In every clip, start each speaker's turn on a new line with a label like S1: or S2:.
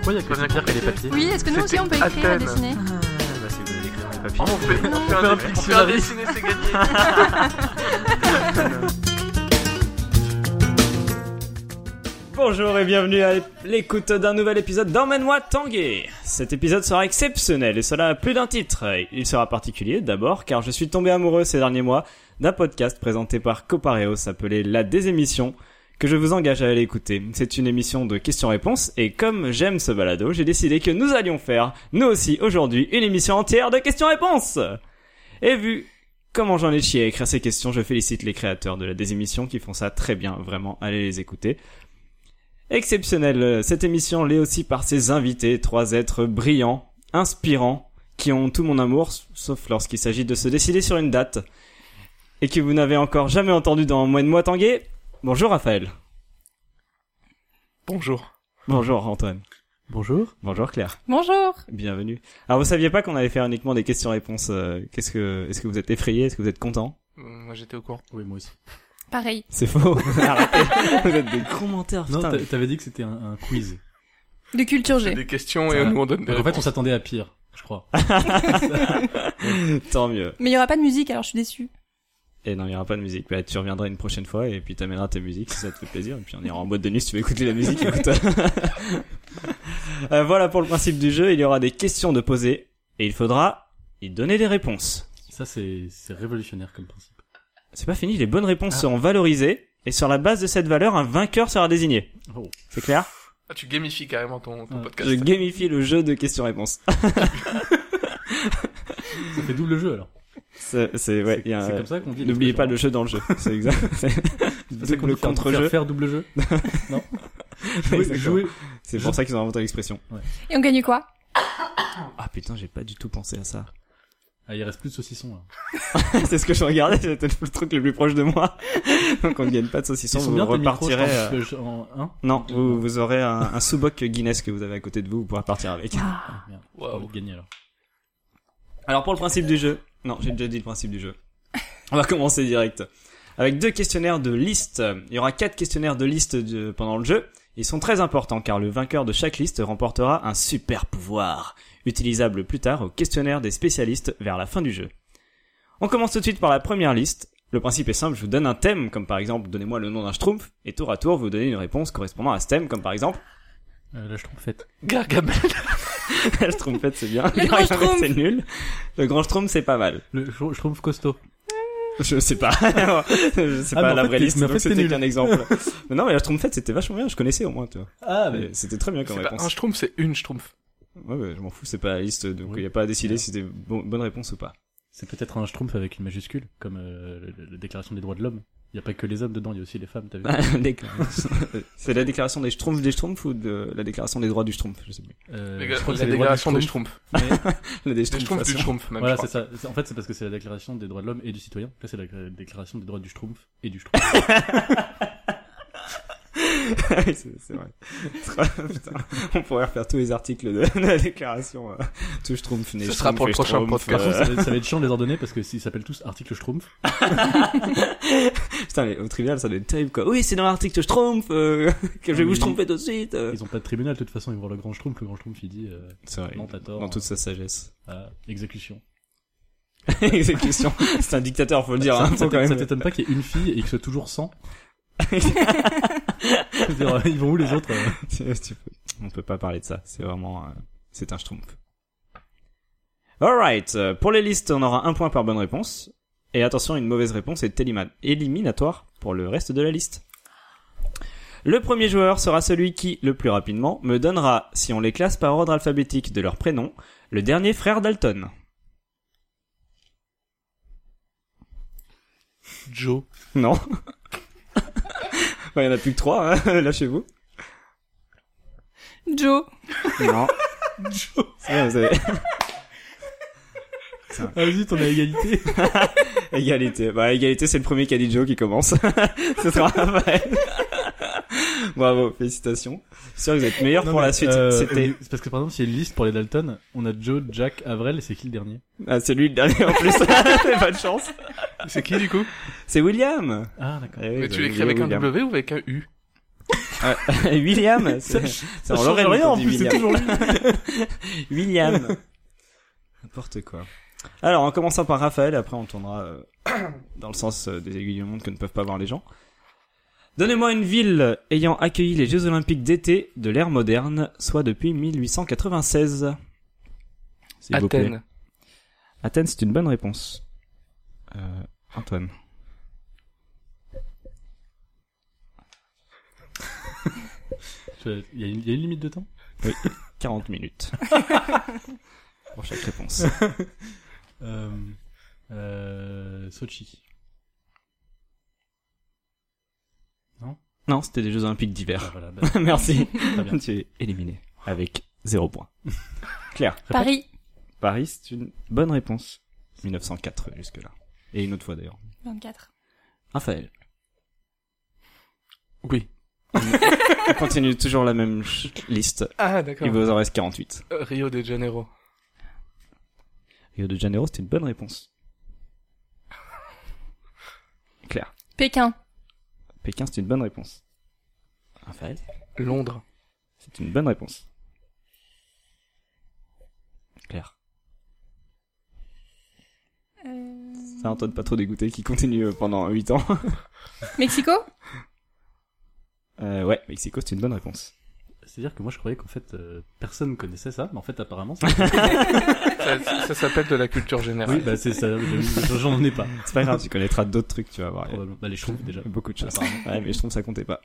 S1: pire que les papiers.
S2: Oui, est-ce que nous aussi
S3: C'était
S2: on peut écrire et
S3: Athènes.
S2: dessiner
S1: Ah, bah si vous allez écrire dans les papiers.
S3: Oh, on fait, on fait
S1: On fait un
S3: un, on fait
S1: dictionnaire.
S3: un dessiné, c'est gagné.
S4: Bonjour et bienvenue à l'écoute d'un nouvel épisode d'Emmène-moi Tanguay. Cet épisode sera exceptionnel et cela a plus d'un titre. Il sera particulier d'abord car je suis tombé amoureux ces derniers mois d'un podcast présenté par Copareos appelé La Désémission que je vous engage à aller écouter. C'est une émission de questions-réponses et comme j'aime ce balado, j'ai décidé que nous allions faire, nous aussi aujourd'hui, une émission entière de questions-réponses. Et vu comment j'en ai chié à écrire ces questions, je félicite les créateurs de La Désémission qui font ça très bien, vraiment, allez les écouter. Exceptionnelle, euh, cette émission l'est aussi par ses invités, trois êtres brillants, inspirants, qui ont tout mon amour, sauf lorsqu'il s'agit de se décider sur une date, et que vous n'avez encore jamais entendu dans Moi de Moi Tanguay. Bonjour Raphaël.
S3: Bonjour.
S4: Bonjour Antoine.
S1: Bonjour.
S4: Bonjour Claire.
S2: Bonjour
S4: Bienvenue. Alors vous saviez pas qu'on allait faire uniquement des questions-réponses. euh, Qu'est-ce que, est-ce que vous êtes effrayé Est-ce que vous êtes content
S3: Moi j'étais au courant.
S1: Oui, moi aussi.
S2: Pareil.
S4: C'est faux. Arrêtez. vous êtes des commentaires.
S1: Non,
S4: putain.
S1: t'a- t'avais dit que c'était un, un quiz. Euh,
S2: De culture G.
S3: Des questions et
S1: Ça va.
S3: nous on donne des
S1: Donc en fait, on
S3: réponses.
S1: s'attendait à pire, je crois.
S4: Tant mieux.
S2: Mais il y aura pas de musique alors je suis déçue.
S4: Et non, il n'y aura pas de musique. Bah, tu reviendras une prochaine fois et puis t'amèneras tes musiques si ça te fait plaisir. Et puis on ira en boîte de nuit si tu veux écouter la musique. écoute. Euh, voilà pour le principe du jeu. Il y aura des questions de poser et il faudra y donner des réponses.
S1: Ça, c'est c'est révolutionnaire comme principe.
S4: C'est pas fini. Les bonnes réponses
S1: Ah.
S4: seront valorisées et sur la base de cette valeur, un vainqueur sera désigné.
S1: Oh.
S4: C'est clair
S3: Ah, tu gamifies carrément ton, ton
S1: Ouais.
S3: podcast.
S4: Je gamifie le jeu de questions-réponses.
S1: Ça fait double jeu alors.
S4: C'est c'est- ouais.
S1: C'est-
S4: il y a un-
S1: c'est comme ça qu'on dit.
S4: N'oubliez pas le jeu dans le jeu. C'est exact. C'est
S1: C'est
S4: double contre-jeu.
S1: Faire, faire double jeu. non. Jouer,
S4: Exactement.
S1: jouer.
S4: C'est pour ça qu'ils ont inventé l'expression.
S2: Et on gagne quoi
S4: Ah putain, j'ai pas du tout pensé à ça.
S1: Ah, il reste plus de saucisson là.
S4: c'est ce que je regardais, c'était le truc le plus proche de moi. Donc on ne gagne pas de saucisson, vous
S1: tes micros,
S4: repartirez.
S1: je pense,
S4: euh,
S1: que je- en un.
S4: Non, vous, vous aurez un, un sous-boc Guinness que vous avez à côté de vous, vous pourrez partir avec.
S2: Ah.
S1: Merde. On va
S3: Waouh.
S1: te gagner Oh, alors.
S4: Alors pour le principe du jeu, non, j'ai déjà dit le principe du jeu. On va commencer direct. Avec deux questionnaires de liste, il y aura quatre questionnaires de liste de- pendant le jeu. Ils sont très importants car le vainqueur de chaque liste remportera un super pouvoir, utilisable plus tard au questionnaire des spécialistes vers la fin du jeu. On commence tout de suite par la première liste. Le principe est simple, je vous donne un thème, comme par exemple donnez-moi le nom d'un schtroumpf, et tour à tour vous donnez une réponse correspondant à ce thème, comme par exemple
S1: Euh, la trompette.
S3: Gargamel.
S4: la schtroumpfette c'est bien,
S2: Le grand
S4: Gargamel,
S2: schtroumpf.
S4: c'est nul, le grand schtroumpf c'est pas mal.
S1: Le je trouve costaud.
S4: Je sais pas. je sais
S1: Ah, mais
S4: pas
S1: en
S4: la
S1: fait,
S4: vraie
S1: t'es-
S4: liste,
S1: mais en
S4: donc
S1: fait, t'es
S4: c'était
S1: nul.
S4: qu'un exemple. mais non, mais la Schtroumpfette, c'était vachement bien, je connaissais au moins, tu vois.
S1: Ah
S4: Et C'était très bien
S3: C'est
S4: comme
S3: pas un
S4: réponse.
S3: schtroumpf, c'est une schtroumpf.
S4: Ouais, ouais, je m'en fous, c'est pas la liste, donc il
S1: Oui.
S4: n'y a pas à décider si c'était bon- bonne réponse ou pas.
S1: C'est peut-être un schtroumpf avec une majuscule, comme euh, le- la déclaration des droits de l'homme. Il n'y a pas que les hommes dedans, il y a aussi les femmes, t'as vu
S4: Déclaration. c'est la déclaration des Schtroumpfs des Schtroumpfs ou de la déclaration des droits du Schtroumpf, je sais plus.
S1: Euh,
S3: Les gars,
S1: je crois que
S3: la
S1: c'est les droits du
S3: déclaration des
S1: schtroumpf.
S3: schtroumpfs.
S4: La des
S3: Des
S4: Schtroumpfs,
S3: schtroumpfs
S4: façon.
S3: du schtroumpf, même.
S1: Voilà,
S3: je
S1: c'est
S3: crois.
S1: ça. C'est- En fait, c'est parce que c'est la déclaration des droits de l'homme et du citoyen. Là, c'est la la déclaration des droits du schtroumpf et du schtroumpf.
S4: Oui, c'est c'est vrai. Putain, on pourrait refaire tous les articles de, de la déclaration. euh, tout Schtroumpf, né
S3: Ce sera
S4: Schtroumpf,
S3: pour le
S4: et
S3: prochain
S4: Schtroumpf,
S1: Par
S3: podcast.
S1: contre, ça va, ça va être chiant de les ordonner parce que s'ils s'appellent tous article schtroumpf,
S4: Putain, mais au trivial, ça doit être terrible, quoi. Oui, c'est dans l'article Schtroumpf, euh, que je vais
S1: Ah, Mais
S4: vous
S1: ils-
S4: tromper tout de suite. euh.
S1: ils ont pas de tribunal. De toute façon, ils vont voir le grand schtroumpf. Le grand schtroumpf, il dit euh,
S4: C'est vrai.
S1: non, t'as tort.
S4: Dans toute sa sagesse.
S1: Ah, exécution.
S4: Exécution. C'est un dictateur, faut le dire.
S1: ça
S4: hein,
S1: ça
S4: faut quand
S1: t'é- ça
S4: même.
S1: t'étonne pas qu'il y ait une fille et que ce soit toujours 100 Je veux dire, euh, Ils vont où les autres euh
S4: Tu peux- On peut pas parler de ça. C'est vraiment, euh, c'est un schtroumpf. Alright. euh, Pour les listes, on aura un point par bonne réponse. Et attention, une mauvaise réponse est élima- éliminatoire pour le reste de la liste. Le premier joueur sera celui qui, le plus rapidement, me donnera, si on les classe par ordre alphabétique de leur prénom, le dernier frère d'Alton.
S3: Joe.
S4: Non. Bah, Il y en a plus que trois, hein, lâchez-vous.
S2: Joe.
S4: Non. C'est bien, vous avez-
S1: Ah zut, on est à égalité.
S4: Égalité. Bah, égalité, c'est le premier qui a dit Joe qui commence. Ce sera Raphaël. Bravo, félicitations. Je suis sûr que vous êtes meilleur
S1: Non,
S4: pour
S1: mais,
S4: la suite.
S1: euh,
S4: C'était,
S1: euh, C'est parce que par exemple, s'il y a une liste pour les Dalton, on a Joe, Jack, Avrel et c'est qui le dernier
S4: ah, c'est lui le dernier en plus. C'est pas de chance.
S3: C'est qui du coup
S4: C'est William.
S1: Ah d'accord.
S4: Eh oui,
S3: Mais
S4: vous
S3: tu
S4: avez
S3: l'écris
S4: oublié
S3: avec un E.
S4: William.
S3: W ou avec un U
S4: William, c'est c'est
S1: Ça
S4: en
S1: change
S4: Lorraine.
S1: rien,
S4: qu'on
S1: en
S4: dit
S1: plus, c'est
S4: William.
S1: toujours lui.
S4: William. N'importe quoi. Alors, en commençant par Raphaël, après on tournera euh, dans le sens euh, des aiguilles du monde que ne peuvent pas voir les gens. Donnez-moi une ville ayant accueilli les Jeux Olympiques d'été de l'ère moderne, soit depuis 1896. S'il vous plaît.
S3: Athènes.
S4: Athènes, c'est une bonne réponse. Euh, Antoine.
S1: Il y, a une- il y a une limite de temps
S4: 40 minutes. Pour chaque réponse.
S1: euh, euh, Sochi.
S4: Non, c'était des Jeux Olympiques
S1: Ah,
S4: d'hiver.
S1: voilà, bah,
S4: Merci.
S1: très bien.
S4: Tu es éliminé. Avec zéro point. Claire.
S2: Paris.
S4: Paris, c'est une bonne réponse. 1904 jusque-là. Et une autre fois d'ailleurs.
S2: 24.
S4: Raphaël.
S3: Oui.
S4: On continue toujours la même ch- liste.
S3: Ah, d'accord.
S4: Il vous en reste 48.
S3: Euh, Rio de Janeiro.
S4: Rio de Janeiro, c'est une bonne réponse. Claire.
S2: Pékin.
S4: Pékin, c'est une bonne réponse. Raphaël.
S3: Londres.
S4: C'est une bonne réponse. Claire.
S2: Euh,
S4: C'est Antoine pas trop dégoûté qui continue euh, pendant 8 ans.
S2: Mexico
S4: Euh, ouais, Mexico, c'est une bonne réponse.
S1: C'est-à-dire que moi je croyais qu'en fait euh, personne connaissait ça, mais en fait apparemment ça-
S3: Ça, ça s'appelle de la culture générale.
S1: oui, bah c'est ça, je- j'en ai pas.
S4: C'est pas grave, tu connaîtras d'autres trucs, tu vas voir. Il y a
S1: Probablement. Bah les schtroumpfs déjà.
S4: Beaucoup de choses.
S1: Apparemment.
S4: Ouais, mais je trouve que ça comptait pas.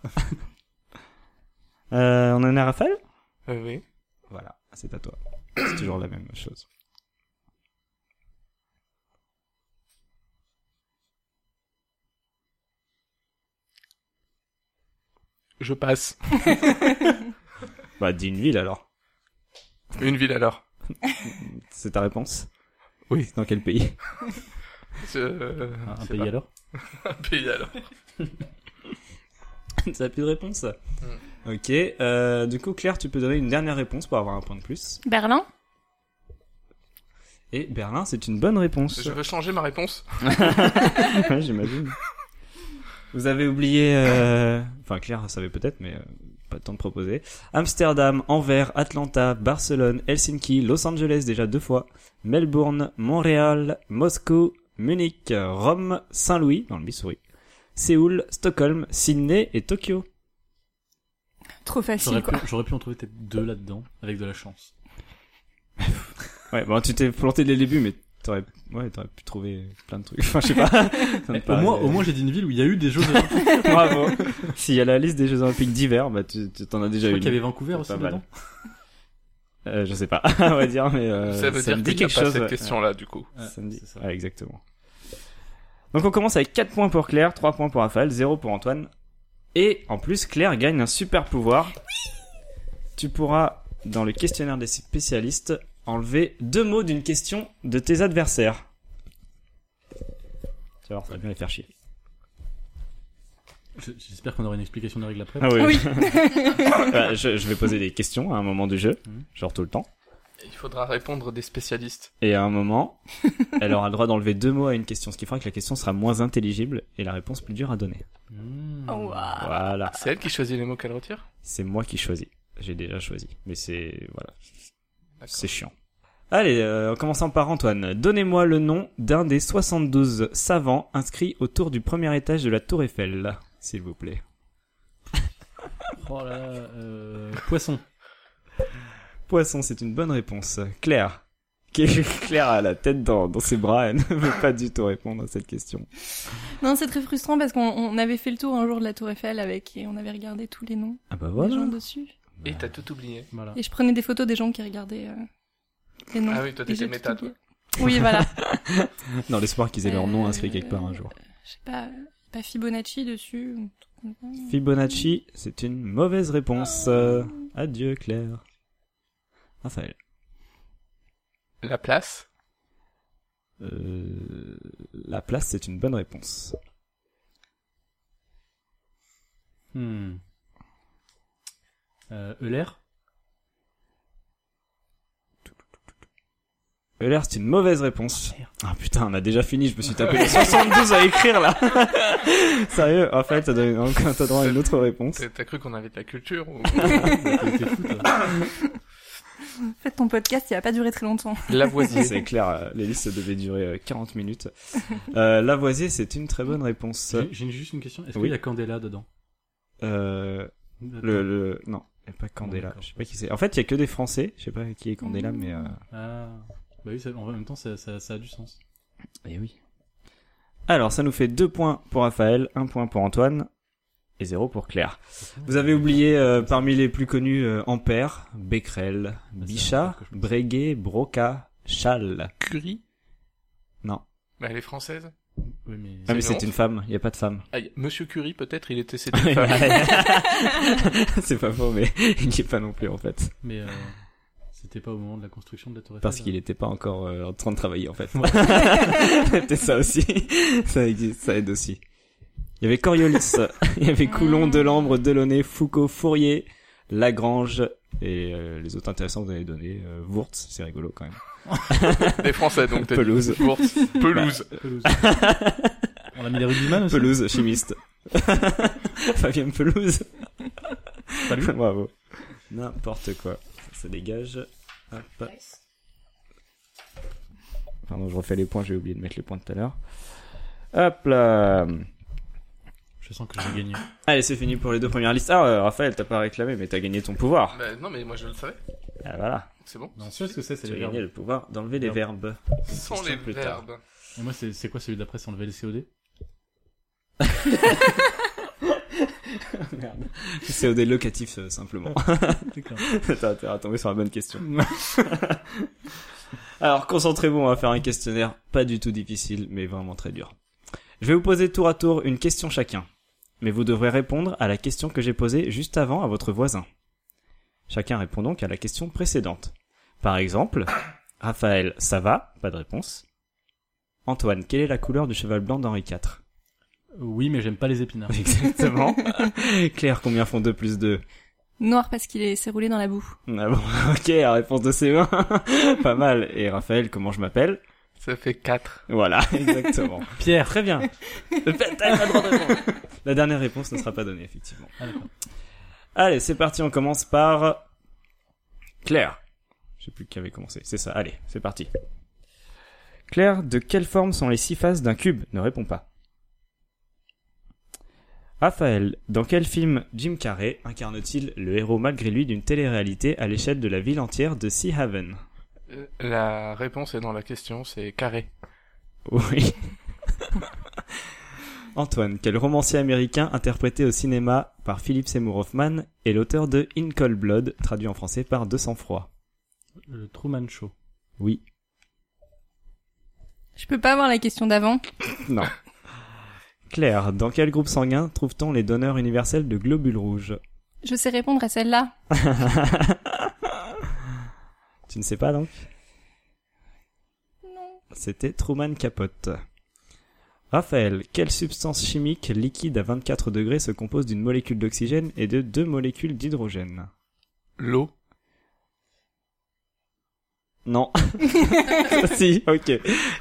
S4: euh, on en est à Raphaël
S1: bah.
S3: Euh, oui.
S4: Voilà, c'est à toi. C'est toujours la même chose.
S3: Je passe.
S4: Bah, dis une ville alors.
S3: Une ville alors.
S4: C'est ta réponse
S3: Oui.
S4: C'est Dans quel pays
S3: Je- euh,
S1: Un- Hein, Un
S3: c'est
S1: pays
S3: pas-
S1: alors
S3: Un pays alors.
S4: T'as plus de réponse Ok, euh, du coup Claire, tu peux donner une dernière réponse pour avoir un point de plus.
S2: Berlin
S4: Et Berlin, c'est une bonne réponse.
S3: Je veux changer ma réponse.
S4: Ouais, j'imagine. Vous avez oublié, euh, enfin Claire savait peut-être, mais euh, pas le temps de proposer. Amsterdam, Anvers, Atlanta, Barcelone, Helsinki, Los Angeles déjà deux fois, Melbourne, Montréal, Moscou, Munich, Rome, Saint-Louis dans le Missouri, Séoul, Stockholm, Sydney et Tokyo.
S2: Trop facile,
S1: J'aurais
S2: quoi.
S1: pu, j'aurais pu en trouver peut-être deux là-dedans, avec de la chance.
S4: Ouais, bon tu t'es planté dès le début, mais t'aurais, ouais, t'aurais pu trouver plein de trucs. Enfin, je sais pas. Ça me
S1: Au
S4: paraît-
S1: moins, au moins j'ai dit une ville où il y a eu des jeux. Olympiques.
S4: bravo. S'il y a la liste des Jeux Olympiques d'hiver, bah tu tu t'en as
S1: Je
S4: déjà
S1: crois
S4: eu.
S1: qu'il y avait Vancouver
S4: C'est
S1: aussi
S4: pas mal.
S1: dedans.
S4: Euh, je sais pas, on va dire, mais euh,
S3: ça veut
S4: me
S3: dire
S4: dit
S3: qu'il n'y
S4: quelque
S3: a pas
S4: chose.
S3: cette
S4: ouais.
S3: question-là, du coup.
S1: Ouais,
S4: Ça me dit-
S1: c'est ça.
S4: ouais, exactement. Donc on commence avec 4 points pour Claire, 3 points pour Raphaël, 0 pour Antoine. Et en plus, Claire gagne un super pouvoir. Tu pourras, dans le questionnaire des spécialistes, enlever deux mots d'une question de tes adversaires. Tu vas voir, ça va bien les faire chier.
S1: Je- J'espère qu'on aura une explication des règles après.
S4: Ah oui.
S2: Oui.
S4: Bah, je, je vais poser des questions à un moment du jeu,
S1: Mhm.
S4: genre tout le temps.
S3: Il faudra répondre des spécialistes.
S4: Et à un moment, elle aura le droit d'enlever deux mots à une question, ce qui fera que la question sera moins intelligible et la réponse plus dure à donner.
S1: Mmh.
S2: Oh,
S4: Ah.
S2: waouh.
S4: Voilà.
S3: C'est elle qui choisit les mots qu'elle retire
S4: C'est moi qui choisis. J'ai déjà choisi. Mais c'est, voilà.
S3: D'accord.
S4: C'est chiant. Allez, euh, commençons par Antoine. Donnez-moi le nom d'un des 72 savants inscrits autour du premier étage de la Tour Eiffel, s'il vous plaît.
S1: Oh là là, euh, poisson.
S4: Poisson, c'est une bonne réponse. Claire. Claire a la tête dans, dans ses bras, elle ne veut pas du tout répondre à cette question.
S2: Non, c'est très frustrant parce qu'on on avait fait le tour un jour de la Tour Eiffel avec et on avait regardé tous les noms
S4: Ah bah
S2: des
S4: voilà.
S2: gens dessus.
S3: Et t'as tout oublié.
S1: Voilà.
S2: Et je prenais des photos des gens qui regardaient euh, les noms.
S3: Ah oui, toi,
S2: Et
S3: t'étais
S2: j'ai
S3: méta,
S2: tout oublié. Oui, voilà.
S4: Dans l'espoir qu'ils aient leur nom inscrit quelque part un
S2: Euh,
S4: jour.
S2: Je sais pas, euh, pas Fibonacci dessus. ou un truc comme ça.
S4: Fibonacci, c'est une mauvaise réponse. Euh, Adieu Claire. Raphaël.
S3: La place
S4: Euh, la place, c'est une bonne réponse.
S1: Hmm. Euh, Euler
S4: Euler, c'est une mauvaise réponse. Ah putain, on a déjà fini, je me suis tapé les 72 à écrire là. Sérieux, en fait, t'as donné- encore- t'as droit à une autre réponse.
S3: T'as t'as cru qu'on avait de la culture ou...
S1: T'es fou, toi.
S2: En fait, ton podcast, il a pas duré très longtemps.
S4: C'est clair, euh, les listes devaient durer euh, 40 minutes. Euh, Lavoisier, c'est une très bonne réponse.
S1: J'ai- J'ai juste une question. Est-ce
S4: Oui.
S1: qu'il y a Candela dedans
S4: Euh, le, le, non, il y a pas Candela.
S1: d'accord.
S4: Je sais pas qui c'est. En fait, il y a que des Français. Je sais pas qui est Candela, mais. Euh...
S1: Ah. Bah oui, ça- en même temps, ça, ça, ça a du sens.
S4: Et Eh oui. Alors, ça nous fait deux points pour Raphaël, un point pour Antoine et zéro pour Claire. Vous avez oublié euh, parmi les plus connus euh, Ampère, Becquerel, Bichat, Breguet, Broca, Ah, Chal.
S3: Curie
S4: Non.
S3: Bah, elle est française.
S1: Oui, mais.
S4: Ah mais
S3: C'est
S4: c'est une femme, il y a pas de femme.
S3: Ah, y- Monsieur Curie, peut-être, il était c'était une femme.
S4: c'est pas faux, mais il n'y est pas non plus en fait,
S1: Mais euh, c'était pas au moment de la construction de la Tour Eiffel.
S4: parce qu'il
S1: hein.
S4: n'était pas encore euh, en train de travailler en fait. C'était ça aussi, ça existe, ça aide aussi. Il y avait Coriolis, il y avait Coulon, Delambre, Delaunay, Foucault, Fourier, Lagrange et euh, les autres intéressants que vous avez donnés. Euh, Wurtz, c'est rigolo quand même.
S3: Des Français, donc. t'as dit.
S4: Pelouse. Bah.
S3: Pelouse. Pelouse.
S1: Pelouse. euh, On a mis les rugbyman aussi.
S4: Pelouse, chimiste. Fabien Pelouse.
S1: Salut.
S4: Bravo. N'importe quoi. Ça dégage. Hop. Pardon, je refais les points, j'ai oublié de mettre les points tout à l'heure. Hop là
S1: Je sens que j'ai gagné.
S4: Allez, c'est fini pour les deux premières listes. Ah, euh, Raphaël, t'as pas réclamé, mais t'as gagné ton pouvoir.
S3: Bah, non, mais moi je le savais.
S4: Ah, voilà.
S3: C'est bon.
S1: Non, tu sais ce que c'est, c'est
S4: Tu as
S1: les
S4: gagné
S1: verbes.
S4: le pouvoir d'enlever les verbes.
S3: Sans
S4: question
S3: les
S4: plus tard.
S3: verbes.
S1: Et moi, c'est c'est quoi celui d'après C'est enlever les COD
S4: Merde. C'est au locatif, euh, simplement. T'as intérêt à tomber sur la bonne question. Alors, concentrez-vous, on va faire un questionnaire pas du tout difficile, mais vraiment très dur. Je vais vous poser tour à tour une question chacun. Mais vous devrez répondre à la question que j'ai posée juste avant à votre voisin. Chacun répond donc à la question précédente. Par exemple, Raphaël, ça va Pas de réponse. Antoine, quelle est la couleur du cheval blanc d'Henri IV
S1: Oui, mais j'aime pas les épinards.
S4: Exactement. Claire, combien font 2 plus 2
S2: Noir parce qu'il est- s'est roulé dans la boue.
S4: Ah bon, ok, la réponse de ses mains. Pas mal. Et Raphaël, comment je m'appelle
S3: Ça fait 4.
S4: Voilà, exactement.
S1: Pierre
S4: Très bien. la dernière réponse ne sera pas donnée, effectivement.
S1: Ah, d'accord.
S4: Allez, c'est parti, on commence par Claire. Je sais plus qui avait commencé, c'est ça, allez, c'est parti. Claire, de quelle forme sont les six faces d'un cube Ne réponds pas. Raphaël, dans quel film Jim Carrey incarne-t-il le héros malgré lui d'une télé-réalité à l'échelle de la ville entière de Sea Haven
S3: Euh, La réponse est dans la question, c'est carré.
S4: Oui. Antoine, quel romancier américain interprété au cinéma par Philip Seymour Hoffman est l'auteur de In Cold Blood, traduit en français par De sang froid
S1: Le Truman Show.
S4: Oui.
S2: Je peux pas avoir la question d'avant.
S4: Non. Claire, dans quel groupe sanguin trouve-t-on les donneurs universels de globules rouges
S2: Je sais répondre à celle-là.
S4: Tu ne sais pas donc
S2: Non.
S4: C'était Truman Capote. Raphaël, quelle substance chimique liquide à 24 degrés se compose d'une molécule d'oxygène et de deux molécules d'hydrogène
S3: L'eau.
S4: Non. si, ok.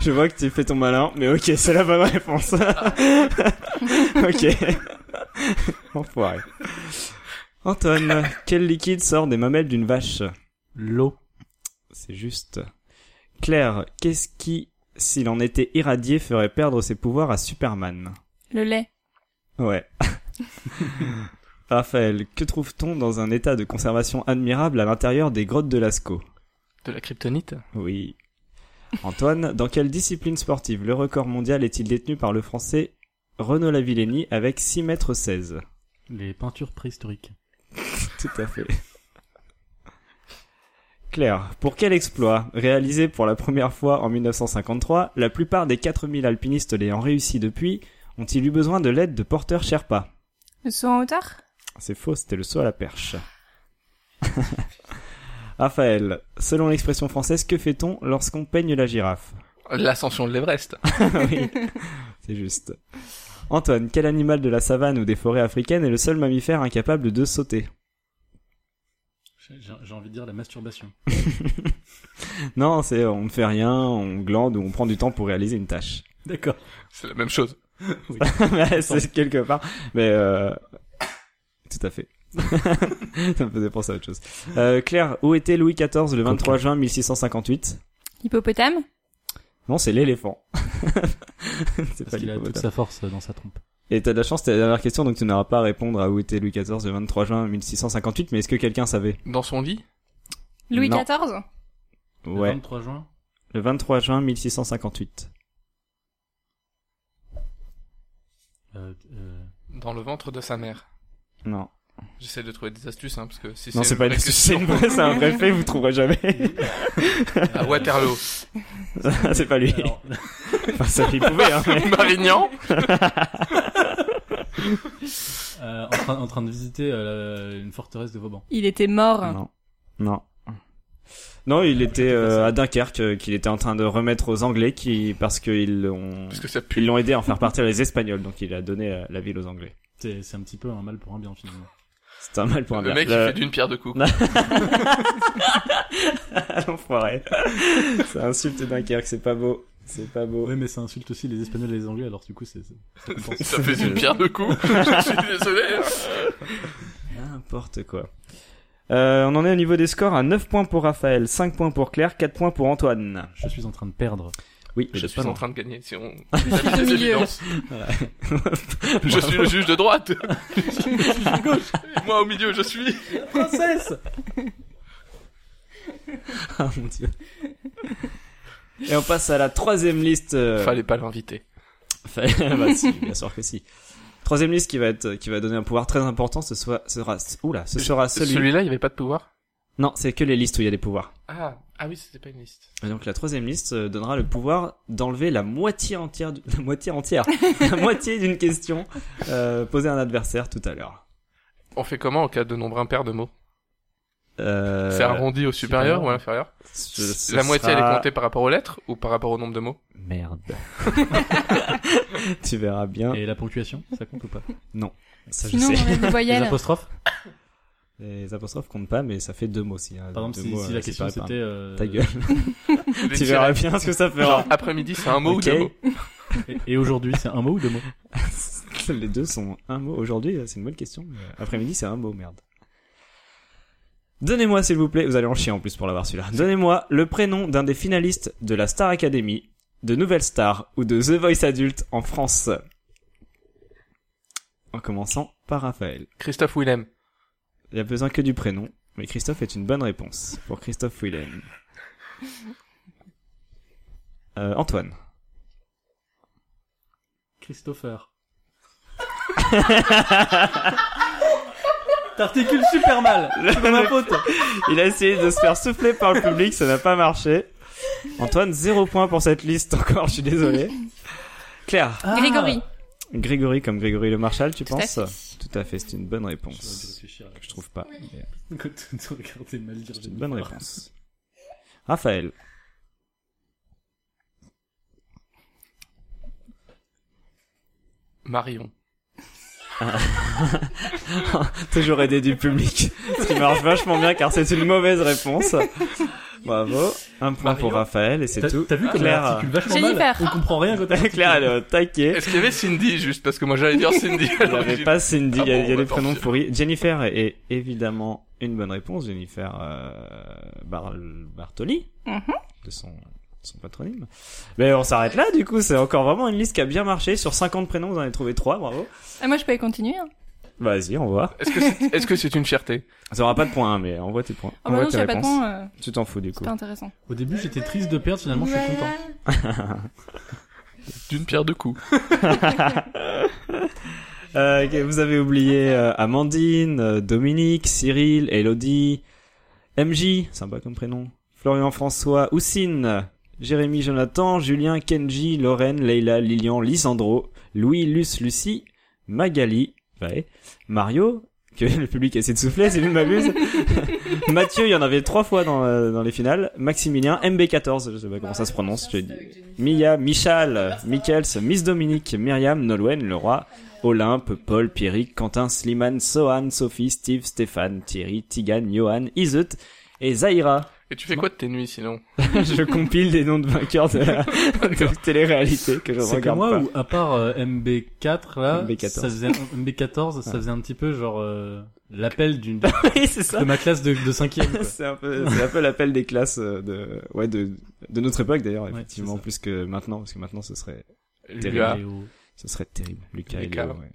S4: Je vois que tu fais ton malin, mais ok, c'est la bonne réponse. ok. Enfoiré. Antoine, quel liquide sort des mamelles d'une vache
S1: L'eau.
S4: C'est juste. Claire, qu'est-ce qui, s'il en était irradié, ferait perdre ses pouvoirs à Superman
S2: Le lait.
S4: Ouais. Raphaël, que trouve-t-on dans un état de conservation admirable à l'intérieur des grottes de Lascaux
S3: De la kryptonite.
S4: Oui. Antoine, dans quelle discipline sportive le record mondial est-il détenu par le français Renaud Lavillenie avec 6 mètres 16
S1: Les peintures préhistoriques.
S4: Tout à fait. Claire, pour quel exploit, réalisé pour la première fois en 1953, la plupart des 4000 alpinistes l'ayant réussi depuis, ont-ils eu besoin de l'aide de porteurs Sherpa
S2: Le saut en hauteur
S4: C'est faux, c'était le saut à la perche. Raphaël, selon l'expression française, que fait-on lorsqu'on peigne la girafe
S3: L'ascension de l'Everest.
S4: oui, c'est juste. Antoine, quel animal de la savane ou des forêts africaines est le seul mammifère incapable de sauter
S1: J'ai j'ai envie de dire la masturbation.
S4: Non, c'est euh, on ne fait rien, on glande ou on prend du temps pour réaliser une tâche.
S1: D'accord.
S3: C'est la même chose.
S4: Ouais, c'est quelque part. Mais euh... tout à fait. ça me faisait penser à autre chose. Euh, Claire, où était Louis XIV le 23 juin 1658
S2: Hippopotame
S4: Non, c'est l'éléphant. c'est pas
S1: Parce qu'il a toute
S4: l'hippopotame.
S1: sa force euh, dans sa trompe.
S4: Et t'as de la chance, t'as la dernière question, donc tu n'auras pas à répondre à où était Louis XIV le 23 juin 1658. Mais est-ce que quelqu'un savait
S3: Dans son lit
S2: Louis
S4: Non.
S2: XIV
S1: Le
S4: Ouais,
S1: 23 juin.
S4: le 23 juin 1658.
S1: Euh, euh,
S3: Dans le ventre de sa mère.
S4: Non,
S3: J'essaie de trouver des astuces, hein, parce que si
S4: non,
S3: c'est
S4: c'est
S3: une
S4: pas
S3: vraie
S4: une c'est
S3: question,
S4: une vraie- c'est un vrai fait, vous trouverez jamais. Ah,
S3: à Waterloo,
S4: c'est pas lui.
S1: alors,
S4: Enfin, ça il pouvait. Hein, mais-
S3: Marignan,
S1: euh, en, train, en train de visiter euh, la- une forteresse de Vauban.
S2: Il était mort.
S4: Non. Non. Non, il était
S1: pas
S4: euh,
S1: ça.
S4: à Dunkerque, euh, qu'il était en train de remettre aux Anglais, qui parce qu'ils l'ont
S3: parce que ça
S4: ils
S3: pue.
S4: l'ont aidé à en faire partir les Espagnols, donc il a donné euh, la ville aux Anglais.
S1: C'est c'est un petit peu un mal pour un bien finalement.
S4: C'est un mal pour un
S3: Le
S4: bien.
S3: mec, il fait d'une pierre deux coups.
S4: L'enfoiré. Ça insulte Dunkerque, c'est pas beau, c'est pas beau.
S1: Ouais, mais ça insulte aussi les Espagnols et les Anglais, alors du coup, c'est. c'est- ça compense.
S3: Ça fait d'une pierre deux coups. Je suis désolé.
S4: N'importe quoi. Euh, on en est au niveau des scores à 9 points pour Raphaël, 5 points pour Claire, 4 points pour Antoine.
S1: Je suis en train de perdre.
S4: Oui,
S3: Je
S4: c'est
S3: suis
S4: pas
S3: en
S4: loin.
S3: train de gagner. Si on... les
S2: milieu.
S3: évidences. je suis le juge de droite. Moi au milieu, je suis.
S4: Euh.
S1: Princesse
S4: Ah, mon Dieu. Et on passe à la troisième liste. euh,
S3: Fallait pas l'inviter.
S4: Enfin, bah si, bien sûr que si. Troisième liste qui va être, qui va donner un pouvoir très important, ce soit, sera, oula, ce sera celui.
S3: Celui-là, il n'y avait pas de pouvoir.
S4: Non, c'est que les listes où il y a des pouvoirs.
S3: Ah, ah oui, c'était pas une liste.
S4: Et donc la troisième liste euh, donnera le pouvoir d'enlever la moitié entière, du- la moitié entière, la moitié d'une question euh, posée à un adversaire tout à l'heure.
S3: On fait comment en cas de nombre impair de mots
S4: Euh,
S3: C'est arrondi au supérieur
S4: supérieur.
S3: ou à l'inférieur
S4: ce- ce
S3: La moitié, elle
S4: sera-
S3: est comptée par rapport aux lettres ou par rapport au nombre de mots
S4: Merde. tu verras bien.
S1: Et la ponctuation, ça compte ou pas
S4: Ça, je
S2: Sinon,
S4: sais.
S2: on a des
S1: Les
S2: voyelles.
S1: apostrophes
S4: Les apostrophes comptent pas, mais ça fait deux mots si. hein,
S1: Par exemple,
S4: deux
S1: si,
S4: mots,
S1: si
S4: euh,
S1: la question
S4: séparés par-
S1: c'était. euh,
S4: Ta gueule.
S3: Les
S4: tu
S3: tirets.
S4: verras bien ce que ça fera.
S3: Genre, après-midi, c'est un mot
S4: Ok.
S3: ou deux mots
S1: Et, et aujourd'hui, c'est un mot ou deux mots
S4: Les deux sont un mot. Aujourd'hui, euh, c'est une bonne question. mais Après-midi, c'est un mot, merde. Donnez-moi, s'il vous plaît, vous allez en chier en plus pour l'avoir celui-là. Donnez-moi le prénom d'un des finalistes de la Star Academy, de Nouvelle Star ou de The Voice Adulte en France. En commençant par Raphaël.
S3: Christophe Willem.
S4: Il n'y a besoin que du prénom, mais Christophe est une bonne réponse pour Christophe Willem. Euh, Antoine.
S1: Christopher. T'articules super mal Tu m'as ma faute
S4: Il a essayé de se faire souffler par le public, ça n'a pas marché. Antoine, zéro point pour cette liste encore, je suis désolé. Claire,
S2: Ah. Grégory.
S4: Ah. Grégory comme Grégory le Marshal, tu
S2: à
S4: penses
S2: fait.
S4: Tout à fait, c'est une bonne
S1: Je vais
S4: réponse.
S1: réfléchir là.
S4: Je trouve pas. mais
S1: Quand tu regardais mal dire,
S4: C'est une bonne réponse. Raphaël,
S3: Marion.
S4: toujours aidé du public, ce qui marche vachement bien car c'est une mauvaise réponse. Bravo, un point pour
S3: Marion.
S4: Raphaël et c'est
S1: T'as
S4: tout. Ah,
S1: t'as vu comme elle
S4: Claire.
S1: articule vachement
S2: Jennifer.
S1: mal On comprend rien quand elle
S4: Claire, elle est au taquet.
S3: Est-ce qu'il y avait Cindy juste parce que moi j'allais dire Cindy à
S4: Il n'y avait
S3: l'origine
S4: pas Cindy,
S3: Ah
S4: il y a,
S3: bon,
S4: il y a
S3: bah,
S4: des
S3: tant
S4: prénoms
S3: pis.
S4: pourris. Jennifer est évidemment une bonne réponse. Jennifer euh, Bar- Bartoli,
S2: Mhm.
S4: de son, son patronyme. Mais on s'arrête là, du coup, c'est encore vraiment une liste qui a bien marché. Sur 50 prénoms, vous en avez trouvé 3, bravo.
S2: Ah, moi, je peux continuer. Hein.
S4: Vas-y, on voit.
S3: Est-ce que c'est est-ce que c'est une fierté
S4: Ça aura pas de points, hein, mais envoie tes points.
S2: Oh,
S4: envoie
S2: bah non,
S4: tes
S2: s'il y a pas de
S4: réponses.
S2: temps, euh,
S4: Tu t'en fous, du coup.
S2: c'est pas intéressant.
S1: Au début, j'étais triste de perdre, finalement, je suis content.
S3: D'une pierre deux coups.
S4: Euh, ok, vous avez oublié euh, Amandine, euh, Dominique, Cyril, Elodie, MJ, sympa comme prénom, Florian François, Oussine, Jérémy Jonathan, Julien, Kenji, Lorraine, Leila, Lilian, Lisandro, Louis, Luce, Lucie, Magali, ouais, Mario, que le public essaie de souffler si je ne m'abuse, Mathieu, il y en avait trois fois dans, euh, dans les finales, Maximilien, MB14, je sais pas comment ça se prononce, je dis. Mia, Michal, Michels, Miss Dominique, Myriam, Nolwenn, Leroy, Olympe, Paul, Pierrick, Quentin, Slimane, Sohan, Sophie, Steve, Stéphane, Thierry, Tigan, Johan, Iseut et Zaira.
S3: Et tu fais quoi de tes nuits sinon
S4: je compile des noms de vainqueurs de la de télé-réalité que je
S1: C'est que
S4: regarde
S1: moi,
S4: pas.
S1: ou à part euh, MB4, là,
S4: MB14.
S1: ça faisait, MB14, ça faisait un petit peu genre euh, l'appel d'une de
S4: Oui, c'est ça.
S1: ma classe de, de cinquième. quoi.
S4: c'est un peu, c'est un peu l'appel des classes euh, de, ouais, de, de notre époque d'ailleurs,
S1: Ouais,
S4: effectivement,
S1: c'est ça.
S4: plus que maintenant, parce que maintenant ce serait, Terrible.
S3: Lucas,
S1: Léo.
S4: ce serait terrible. Lucas, et
S3: Lucas.
S4: Léo, ouais.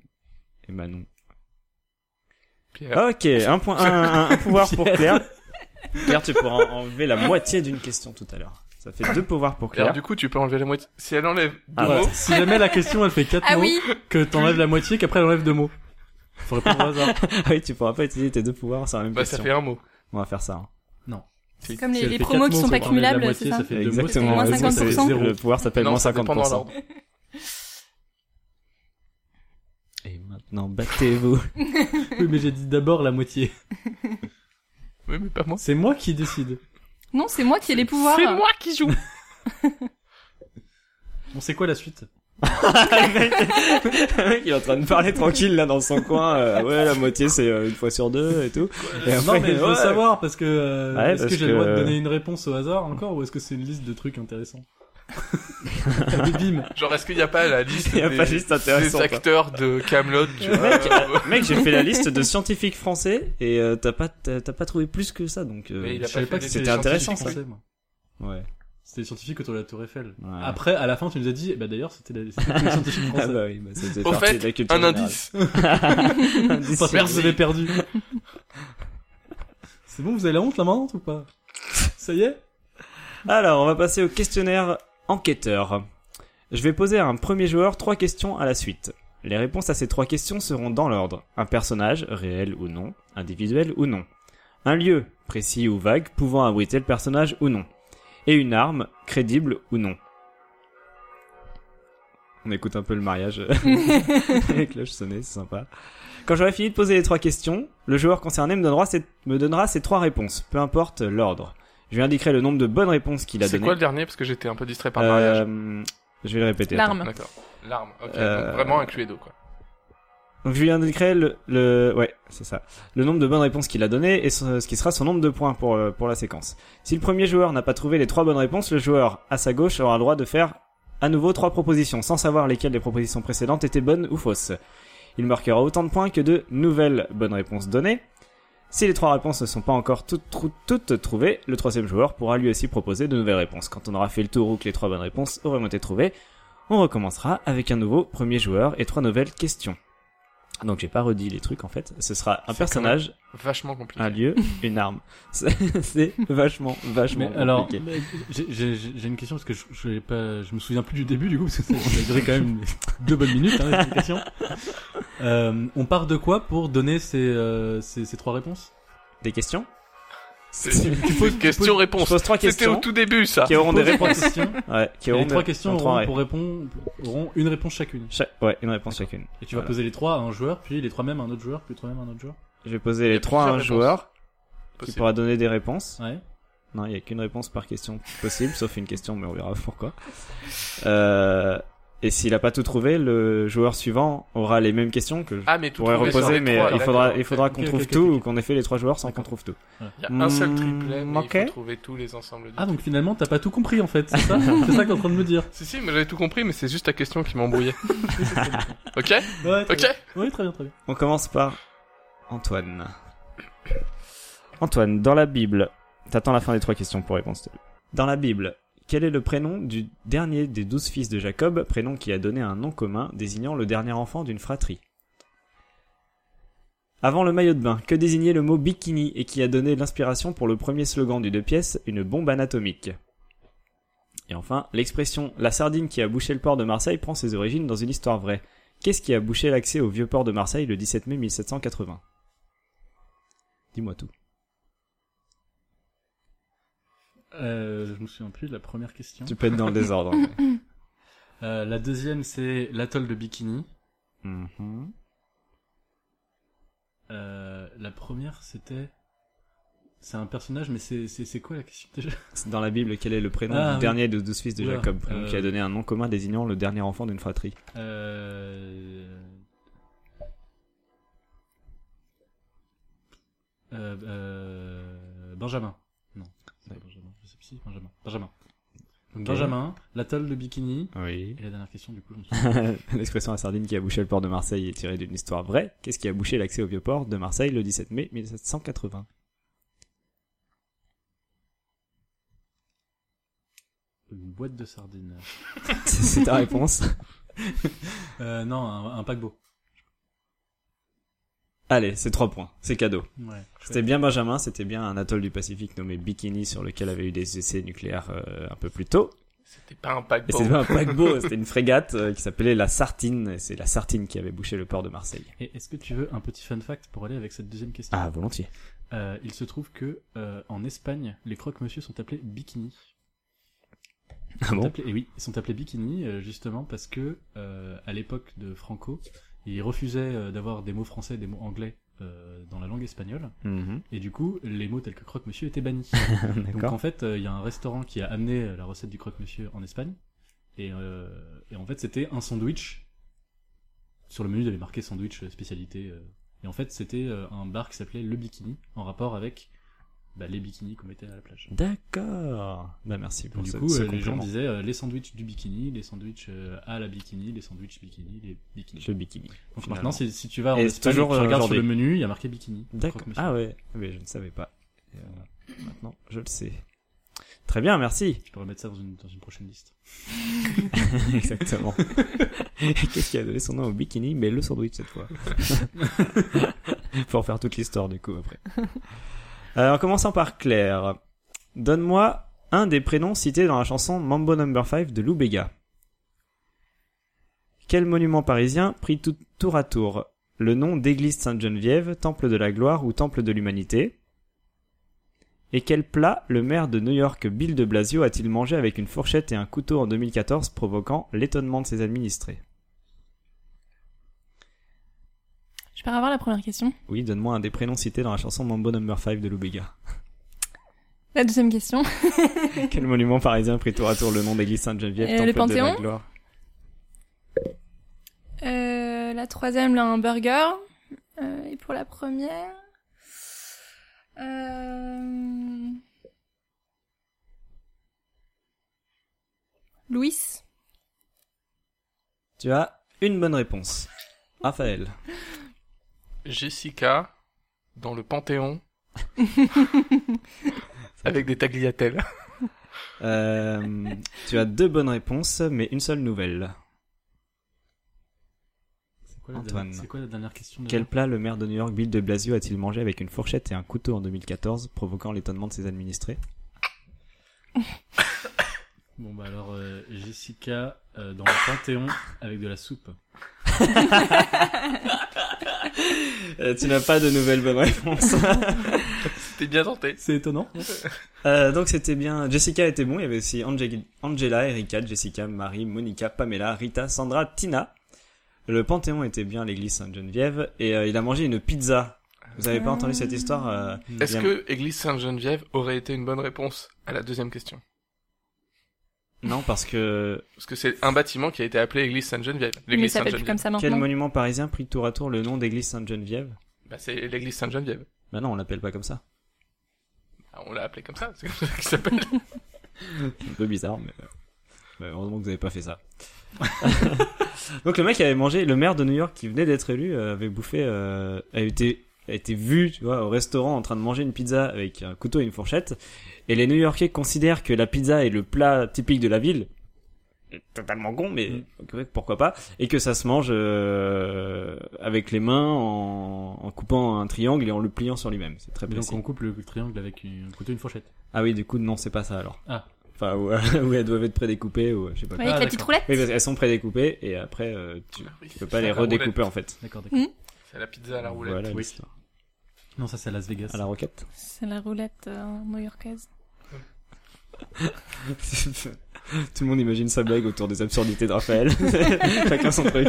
S4: Et Manon.
S3: Pierre.
S4: Ok, un point, un, un- un pouvoir pour Claire. Claire, tu pourras en- enlever la moitié d'une question tout à l'heure. Ça fait deux pouvoirs pour
S3: Alors
S4: Claire.
S3: du coup, tu peux enlever la moitié. Si elle enlève deux
S4: Ah,
S1: Ouais,
S3: mots,
S1: Si jamais la question elle fait quatre
S2: Ah
S1: mots,
S2: oui,
S1: que t'enlèves la moitié, qu'après elle enlève deux mots. Faut répondre au hasard.
S4: Ah oui, tu pourras pas utiliser tes deux pouvoirs sur la même
S3: bah ça
S4: question.
S3: fait un mot.
S4: On va faire ça. hein.
S3: Si.
S2: comme les,
S1: Si elle
S2: les
S1: fait
S2: promos
S1: quatre
S2: qui
S1: mots,
S2: sont
S1: faut
S2: pas
S1: enlever la
S2: cumulables,
S1: moitié,
S2: c'est ça
S1: Ça fait deux mots,
S4: Exactement.
S2: moins
S1: c'est-
S4: ouais,
S1: ça fait
S2: 50%.
S1: zéro.
S4: Le pouvoir s'appelle
S3: Non,
S4: moins
S3: ça dépend dans
S4: 50%.
S3: l'ordre.
S4: Et maintenant, battez-vous.
S1: Oui, mais j'ai dit d'abord la moitié.
S3: Oui, mais pas moi.
S1: C'est moi qui décide.
S2: Non, c'est moi qui ai les pouvoirs.
S3: C'est moi qui joue.
S1: On sait quoi la suite
S4: Le mec, il est en train de parler tranquille là dans son coin. euh, ouais, la moitié c'est euh, une fois sur deux et tout. Et après,
S1: Euh, Non, mais je veux
S4: ouais.
S1: savoir parce que euh,
S4: Ouais,
S1: est-ce
S4: parce
S1: que j'ai le droit
S4: que-
S1: de donner une réponse au hasard encore ou est-ce que c'est une liste de trucs intéressants Des bim.
S3: Genre, est-ce qu'il n'y a pas la liste
S4: Il y a
S3: des,
S4: pas juste
S3: des
S4: intéressant. quoi.
S3: acteurs de Camelot euh,
S4: Mec, Mec, j'ai fait la liste de scientifiques français et euh, t'as pas t'as t'as pas trouvé plus que ça donc. euh,
S3: Mais il a
S1: Je savais pas
S3: pas fait
S1: que
S3: des
S1: c'était
S4: c'était intéressant,
S1: scientifiques français, moi.
S4: Ouais.
S1: C'était les scientifiques autour de la Tour Eiffel.
S4: Ouais.
S1: Après, à la fin, tu nous as dit, eh ben d'ailleurs, c'était la- c'était les scientifiques
S4: Ah
S1: français.
S4: bah oui, bah, c'était
S3: Au
S4: partie de la
S3: fait,
S4: culture
S3: un
S4: générale.
S3: indice.
S4: Indice,
S1: Parce que
S4: oui.
S1: vous avez perdu. C'est bon, vous avez la honte là maintenant ou pas Ça y est
S4: Alors, on va passer au questionnaire enquêteur. Je vais poser à un premier joueur trois questions à la suite. Les réponses à ces trois questions seront dans l'ordre. Un personnage, réel ou non, individuel ou non. Un lieu, précis ou vague, pouvant abriter le personnage ou non. Et une arme, crédible ou non. On écoute un peu le mariage. les cloches sonnées, c'est sympa. Quand j'aurai fini de poser les trois questions, le joueur concerné me donnera ses, me donnera ses trois réponses, peu importe l'ordre. Je lui indiquerai le nombre de bonnes réponses qu'il a
S3: C'est
S4: donné.
S3: quoi le dernier Parce que j'étais un peu distrait par le mariage.
S4: Euh, je vais le répéter. attends.
S2: L'arme.
S3: D'accord. L'arme. Ok.
S4: Euh,
S3: Donc, vraiment un cluedo quoi.
S4: Donc je lui indiquerai le, le ouais, c'est ça. Le nombre de bonnes réponses qu'il a donné et ce, ce qui sera son nombre de points pour euh, pour la séquence. Si le premier joueur n'a pas trouvé les trois bonnes réponses, le joueur à sa gauche aura le droit de faire à nouveau trois propositions sans savoir lesquelles des propositions précédentes étaient bonnes ou fausses. Il marquera autant de points que de nouvelles bonnes réponses données. Si les trois réponses ne sont pas encore toutes, trou- toutes trouvées, le troisième joueur pourra lui aussi proposer de nouvelles réponses. Quand on aura fait le tour ou que les trois bonnes réponses auront été trouvées, on recommencera avec un nouveau premier joueur et trois nouvelles questions. Donc j'ai pas redit les trucs en fait. Ce sera un
S3: C'est
S4: personnage,
S3: Vachement compliqué.
S4: un lieu, une arme. C'est c'est vachement, vachement
S1: Mais alors,
S4: compliqué.
S1: j'ai- j'ai j'ai une question parce que je, je, l'ai pas, je me souviens plus du début du coup, parce que ça ça a duré quand même deux bonnes minutes, hein, l'explication. Euh, on part de quoi pour donner ces, euh, ces, ces trois réponses
S4: Des questions
S3: C'est
S1: tu poses-
S3: une question
S4: Je
S3: réponse.
S4: pose trois
S3: C'était au
S4: questions
S3: tout début ça.
S4: qui auront des
S1: Pose trois
S4: réponses.
S1: questions.
S4: Ouais, qui
S1: Et
S4: auront
S1: les trois
S4: des-
S1: questions
S4: ont trois
S1: auront,
S4: ré-
S1: pour répondre, auront une réponse chacune.
S4: chaque- Ouais, une réponse chacune.
S1: Et tu
S4: Voilà.
S1: vas poser les trois à un joueur, puis les trois mêmes à un autre joueur, puis les trois mêmes à un autre joueur.
S4: Je vais poser
S3: Il y
S4: les
S3: a
S4: trois à un
S3: plusieurs réponses.
S4: joueur qui
S3: Possible.
S4: pourra donner des réponses.
S1: Ouais.
S4: Non, il n'y a qu'une réponse par question possible, sauf une question, mais on verra pourquoi. Euh, et s'il n'a pas tout trouvé, le joueur suivant aura les mêmes questions que je
S3: Ah mais tout
S4: pourrais
S3: trouvé sur
S4: reposer,
S3: les
S4: mais
S3: trois,
S4: il faudra,
S3: d'accord.
S4: il faudra qu'on
S1: Ok, ok,
S4: trouve
S1: ok,
S4: tout
S1: ok.
S4: ou qu'on ait fait les trois joueurs sans qu'on trouve tout.
S3: Il y a un seul
S4: Hmm,
S3: triplet, mais il
S4: ok.
S3: faut trouver tous les ensembles du
S1: Ah donc finalement t'as pas tout compris en fait, c'est ça C'est ça que t'es en train de me dire.
S3: Si, si, mais j'avais tout compris, mais c'est juste ta question qui m'embrouillait. ok
S1: Ouais, très
S3: Ok
S1: bien. Ouais, très bien, très bien.
S4: On commence par Antoine. Antoine, dans la Bible, t'attends la fin des trois questions pour répondre. s'il te plaît. Dans la Bible, quel est le prénom du dernier des douze fils de Jacob, prénom qui a donné un nom commun désignant le dernier enfant d'une fratrie Avant le maillot de bain, que désignait le mot bikini et qui a donné l'inspiration pour le premier slogan du deux pièces, une bombe anatomique Et enfin, l'expression la sardine qui a bouché le port de Marseille prend ses origines dans une histoire vraie. Qu'est-ce qui a bouché l'accès au vieux port de Marseille le 17 mai 1780 Dis-moi tout.
S1: Euh, je me souviens plus de la première question.
S4: Tu peux être dans le désordre. ouais.
S1: Euh, la deuxième c'est l'atoll de Bikini.
S4: Mhm.
S1: Euh, la première c'était... C'est un personnage mais c'est, c'est, c'est quoi la question déjà
S4: C'est Dans la Bible, quel est le prénom
S1: Ah,
S4: du
S1: oui.
S4: dernier de douze fils de
S1: Oula,
S4: Jacob, prénom qui a
S1: euh,
S4: donné un nom commun désignant le dernier enfant d'une fratrie
S1: euh... euh, euh, Benjamin. Non, c'est pas Benjamin. Je sais pas si, Benjamin. Benjamin. Donc
S4: Ok.
S1: Benjamin, l'atoll de Bikini.
S4: Oui.
S1: Et la dernière question, du coup, je me suis
S4: L'expression à sardine qui a bouché le port de Marseille est tirée d'une histoire vraie. Qu'est-ce qui a bouché l'accès au vieux port de Marseille le 17 mai 1780
S1: une boîte de sardines.
S4: C'est c'est ta réponse.
S1: Euh, non, un, un paquebot.
S4: Allez, c'est 3 points. C'est cadeau.
S1: Ouais.
S4: C'était bien Benjamin, c'était bien un atoll du Pacifique nommé Bikini sur lequel avait eu des essais nucléaires euh, un peu plus tôt.
S3: C'était pas un
S4: Et
S3: paquebot.
S4: c'était pas un paquebot, c'était une frégate euh, qui s'appelait la Sartine. Et c'est la Sartine qui avait bouché le port de Marseille.
S1: Et est-ce que tu veux un petit fun fact pour aller avec cette deuxième question
S4: Ah, volontiers.
S1: Euh, Il se trouve que euh, en Espagne, les croque-monsieur sont appelés bikini.
S4: Ah bon
S1: Et oui, ils sont appelés bikini euh, justement parce que euh, à l'époque de Franco, ils refusaient euh, d'avoir des mots français, des mots anglais euh, dans la langue espagnole.
S4: Mhm.
S1: Et du coup, les mots tels que croque-monsieur étaient bannis. Donc
S4: Ah, D'accord.
S1: en fait, euh, il y a un restaurant qui a amené euh, la recette du croque-monsieur en Espagne. Et, euh, et en fait, c'était un sandwich. Sur le menu, il y avait marqué sandwich euh, spécialité. euh. Et en fait, c'était euh, un bar qui s'appelait Le Bikini, en rapport avec bah, les bikinis qu'on mettait à la plage.
S4: D'accord. Bah merci pour
S1: Donc, du
S4: ce,
S1: coup,
S4: ce
S1: euh, les gens
S4: complément.
S1: disaient euh, les sandwichs du bikini, les sandwichs euh, à la bikini, les sandwichs bikini, les bikinis.
S4: le bikini.
S1: Donc
S4: finalement.
S1: maintenant, si, si tu vas en
S4: Et c'est
S1: Espagne,
S4: toujours,
S1: tu
S4: euh,
S1: regardes sur
S4: aujourd'hui.
S1: le menu, il y a marqué bikini.
S4: D'accord.
S1: Croque-monsieur.
S4: Ah ouais. Mais je ne savais pas. Et, euh, maintenant, je le sais. Très bien, merci.
S1: Je pourrais mettre ça dans une, dans une prochaine liste.
S4: Exactement. Et Qu'est-ce qui a donné son nom au bikini, mais le sandwich cette fois Pour faire toute l'histoire du coup après. Alors, commençant par Claire. Donne-moi un des prénoms cités dans la chanson Mambo Number 5 de Lou Bega. Quel monument parisien prit tout, tour à tour le nom d'église Sainte-Geneviève, temple de la gloire ou temple de l'humanité Et quel plat le maire de New York Bill de Blasio a-t-il mangé avec une fourchette et un couteau en 2014 provoquant l'étonnement de ses administrés
S2: Je peux avoir la première question.
S4: Oui, donne-moi un des prénoms cités dans la chanson Mambo Number 5 de Lou Bega.
S2: La deuxième question.
S4: Quel monument parisien prit tour à tour le nom d'église Sainte-Geneviève,
S2: Euh,
S4: temple
S2: le
S4: de la
S2: Panthéon
S4: gloire
S2: Euh, la troisième, là, un burger. Euh, et pour la première... Euh... Louis.
S4: Tu as une bonne réponse. Raphaël.
S3: Jessica, dans le Panthéon, avec des tagliatelles.
S4: Euh, tu as deux bonnes réponses, mais une seule nouvelle.
S1: C'est quoi, la
S4: Antoine.
S1: dernière- c'est quoi la dernière question déjà
S4: Quel plat le maire de New York, Bill de Blasio, a-t-il mangé avec une fourchette et un couteau en 2014, provoquant l'étonnement de ses administrés
S1: Bon bah alors euh, Jessica euh, dans le Panthéon avec de la soupe.
S4: Euh, Tu n'as pas de nouvelle bonne réponse.
S3: C'était bien tenté.
S1: C'est étonnant.
S4: Euh, donc c'était bien. Jessica était bon. Il y avait aussi Ange- Angela, Erika, Jessica, Marie, Monica, Pamela, Rita, Sandra, Tina. Le Panthéon était bien l'église Sainte-Geneviève et euh, il a mangé une pizza. Vous avez pas
S2: Ah.
S4: entendu cette histoire euh,
S3: Est-ce
S4: Bien.
S3: que Église Sainte-Geneviève aurait été une bonne réponse à la deuxième question
S4: Non, parce que
S3: Parce que c'est un bâtiment qui a été appelé Église Sainte-Geneviève.
S2: Mais
S3: L'église
S2: ça s'appelle plus
S3: Sainte-Geneviève.
S2: comme ça
S4: quel
S2: maintenant.
S4: monument parisien prit tour à tour le nom d'église Sainte-Geneviève
S3: Bah, c'est l'église Sainte-Geneviève.
S4: Bah non, on l'appelle pas comme ça.
S3: Ah, on l'a appelé comme ça, c'est comme ça qu'il s'appelle.
S4: Un peu bizarre, mais euh, bah, heureusement que vous avez pas fait ça. Donc le mec avait mangé, le maire de New York qui venait d'être élu euh, avait bouffé, euh, a été a été vu, tu vois, au restaurant en train de manger une pizza avec un couteau et une fourchette. Et les New-Yorkais considèrent que la pizza est le plat typique de la ville. C'est Totalement con, mais
S1: Mm.
S4: au Québec, pourquoi pas Et que ça se mange euh, avec les mains en, en coupant un triangle et en le pliant sur lui-même. C'est très
S1: Mais
S4: précis.
S1: donc on coupe le triangle avec une- un couteau et une fourchette.
S4: Ah oui, du coup non, c'est pas ça alors.
S1: Ah.
S4: Enfin, ou, euh, ou elles doivent être prédécoupées ou euh, je sais pas.
S2: Ouais, avec
S1: Ah,
S2: la petite
S1: d'accord.
S2: roulette.
S4: Oui, bah. parce qu'elles sont prédécoupées et après euh, tu,
S3: Ah oui,
S4: tu peux pas
S3: c'est
S4: les
S3: la roulette.
S4: redécouper en fait.
S1: D'accord, d'accord.
S2: Mm.
S3: C'est la pizza à la roulette.
S4: Voilà
S1: oui.
S4: l'histoire.
S1: Non ça c'est à Las Vegas.
S4: À la roquette.
S2: C'est la roulette euh, new-yorkaise.
S4: Tout le monde imagine sa blague autour des absurdités de Raphaël. Chacun son truc.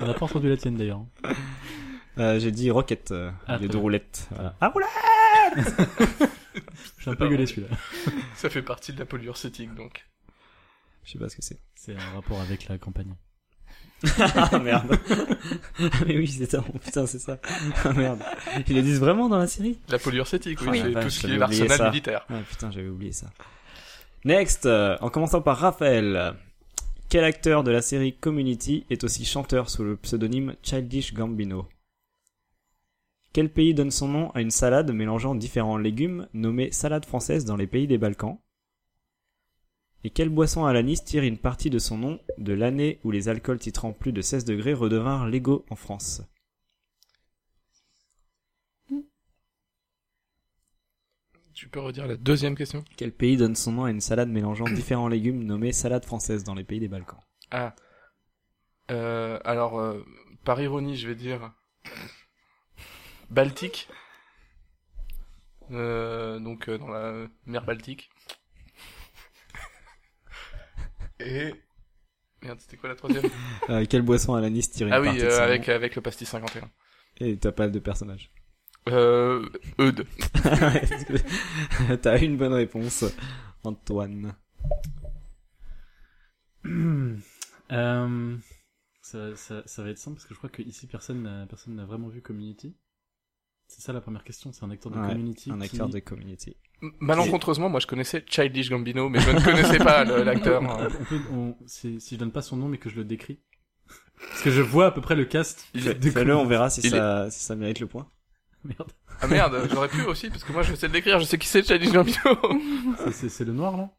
S1: On n'a pas entendu la tienne d'ailleurs. hein.
S4: Euh, J'ai dit roquette, euh,
S1: Ah,
S4: les
S1: très
S4: deux
S1: bien.
S4: roulettes. Voilà. Ah roulette
S1: J'ai un peu gueulé celui-là.
S3: Ça fait partie de la polyurcétique, donc.
S4: Je sais pas ce que c'est.
S1: C'est un rapport avec la campagne.
S4: ah merde. Ah, mais oui, c'est ça. Oh, Putain, c'est ça. Ah merde. Ils le disent vraiment dans la série
S3: La polyurcétique, oui,
S4: Oui.
S3: c'est
S4: Ah,
S3: tout
S4: vache,
S3: ce qui
S4: j'avais
S3: est
S4: oublié
S3: l'arsenal
S4: ça.
S3: militaire.
S4: Ah putain, j'avais oublié ça. Next, euh, en commençant par Raphaël. Quel acteur de la série Community est aussi chanteur sous le pseudonyme Childish Gambino Quel pays donne son nom à une salade mélangeant différents légumes nommée salade française dans les pays des Balkans Et quelle boisson à l'anis tire une partie de son nom de l'année où les alcools titrant plus de 16 degrés redevinrent légaux en France
S3: Tu peux redire la deuxième question
S4: Quel pays donne son nom à une salade mélangeant différents légumes nommée salade française dans les pays des Balkans
S3: Ah. Euh, alors, euh, par ironie, je vais dire Baltique. Euh, donc euh, dans la mer Baltique. Et merde, c'était quoi la troisième
S4: Euh, quelle boisson à l'anis tire une
S3: Ah oui,
S4: partie de
S3: euh,
S4: son
S3: avec
S4: nom
S3: avec le pastis 51.
S4: Et t'as pas de personnage.
S3: Euh, Eudes.
S4: t'as une bonne réponse, Antoine.
S1: Euh, ça, ça, ça va être simple parce que je crois que ici personne n'a personne n'a vraiment vu Community. C'est ça la première question, c'est un acteur de
S4: Ouais,
S1: Community.
S4: Un
S1: qui-
S4: acteur de Community.
S3: M- Malencontreusement, moi je connaissais Childish Gambino, mais je ne connaissais pas le- l'acteur.
S1: Ah,
S3: hein.
S1: On peut- on- si, si je donne pas son nom mais que je le décris. Parce que je vois à peu près le cast. de
S4: Fais-le, on verra si
S3: Il
S4: ça, si ça mérite le point.
S1: Merde.
S3: Ah merde, j'aurais pu aussi parce que moi je sais le décrire, je sais qui c'est Childish Gambino.
S1: C'est- C'est c'est le noir là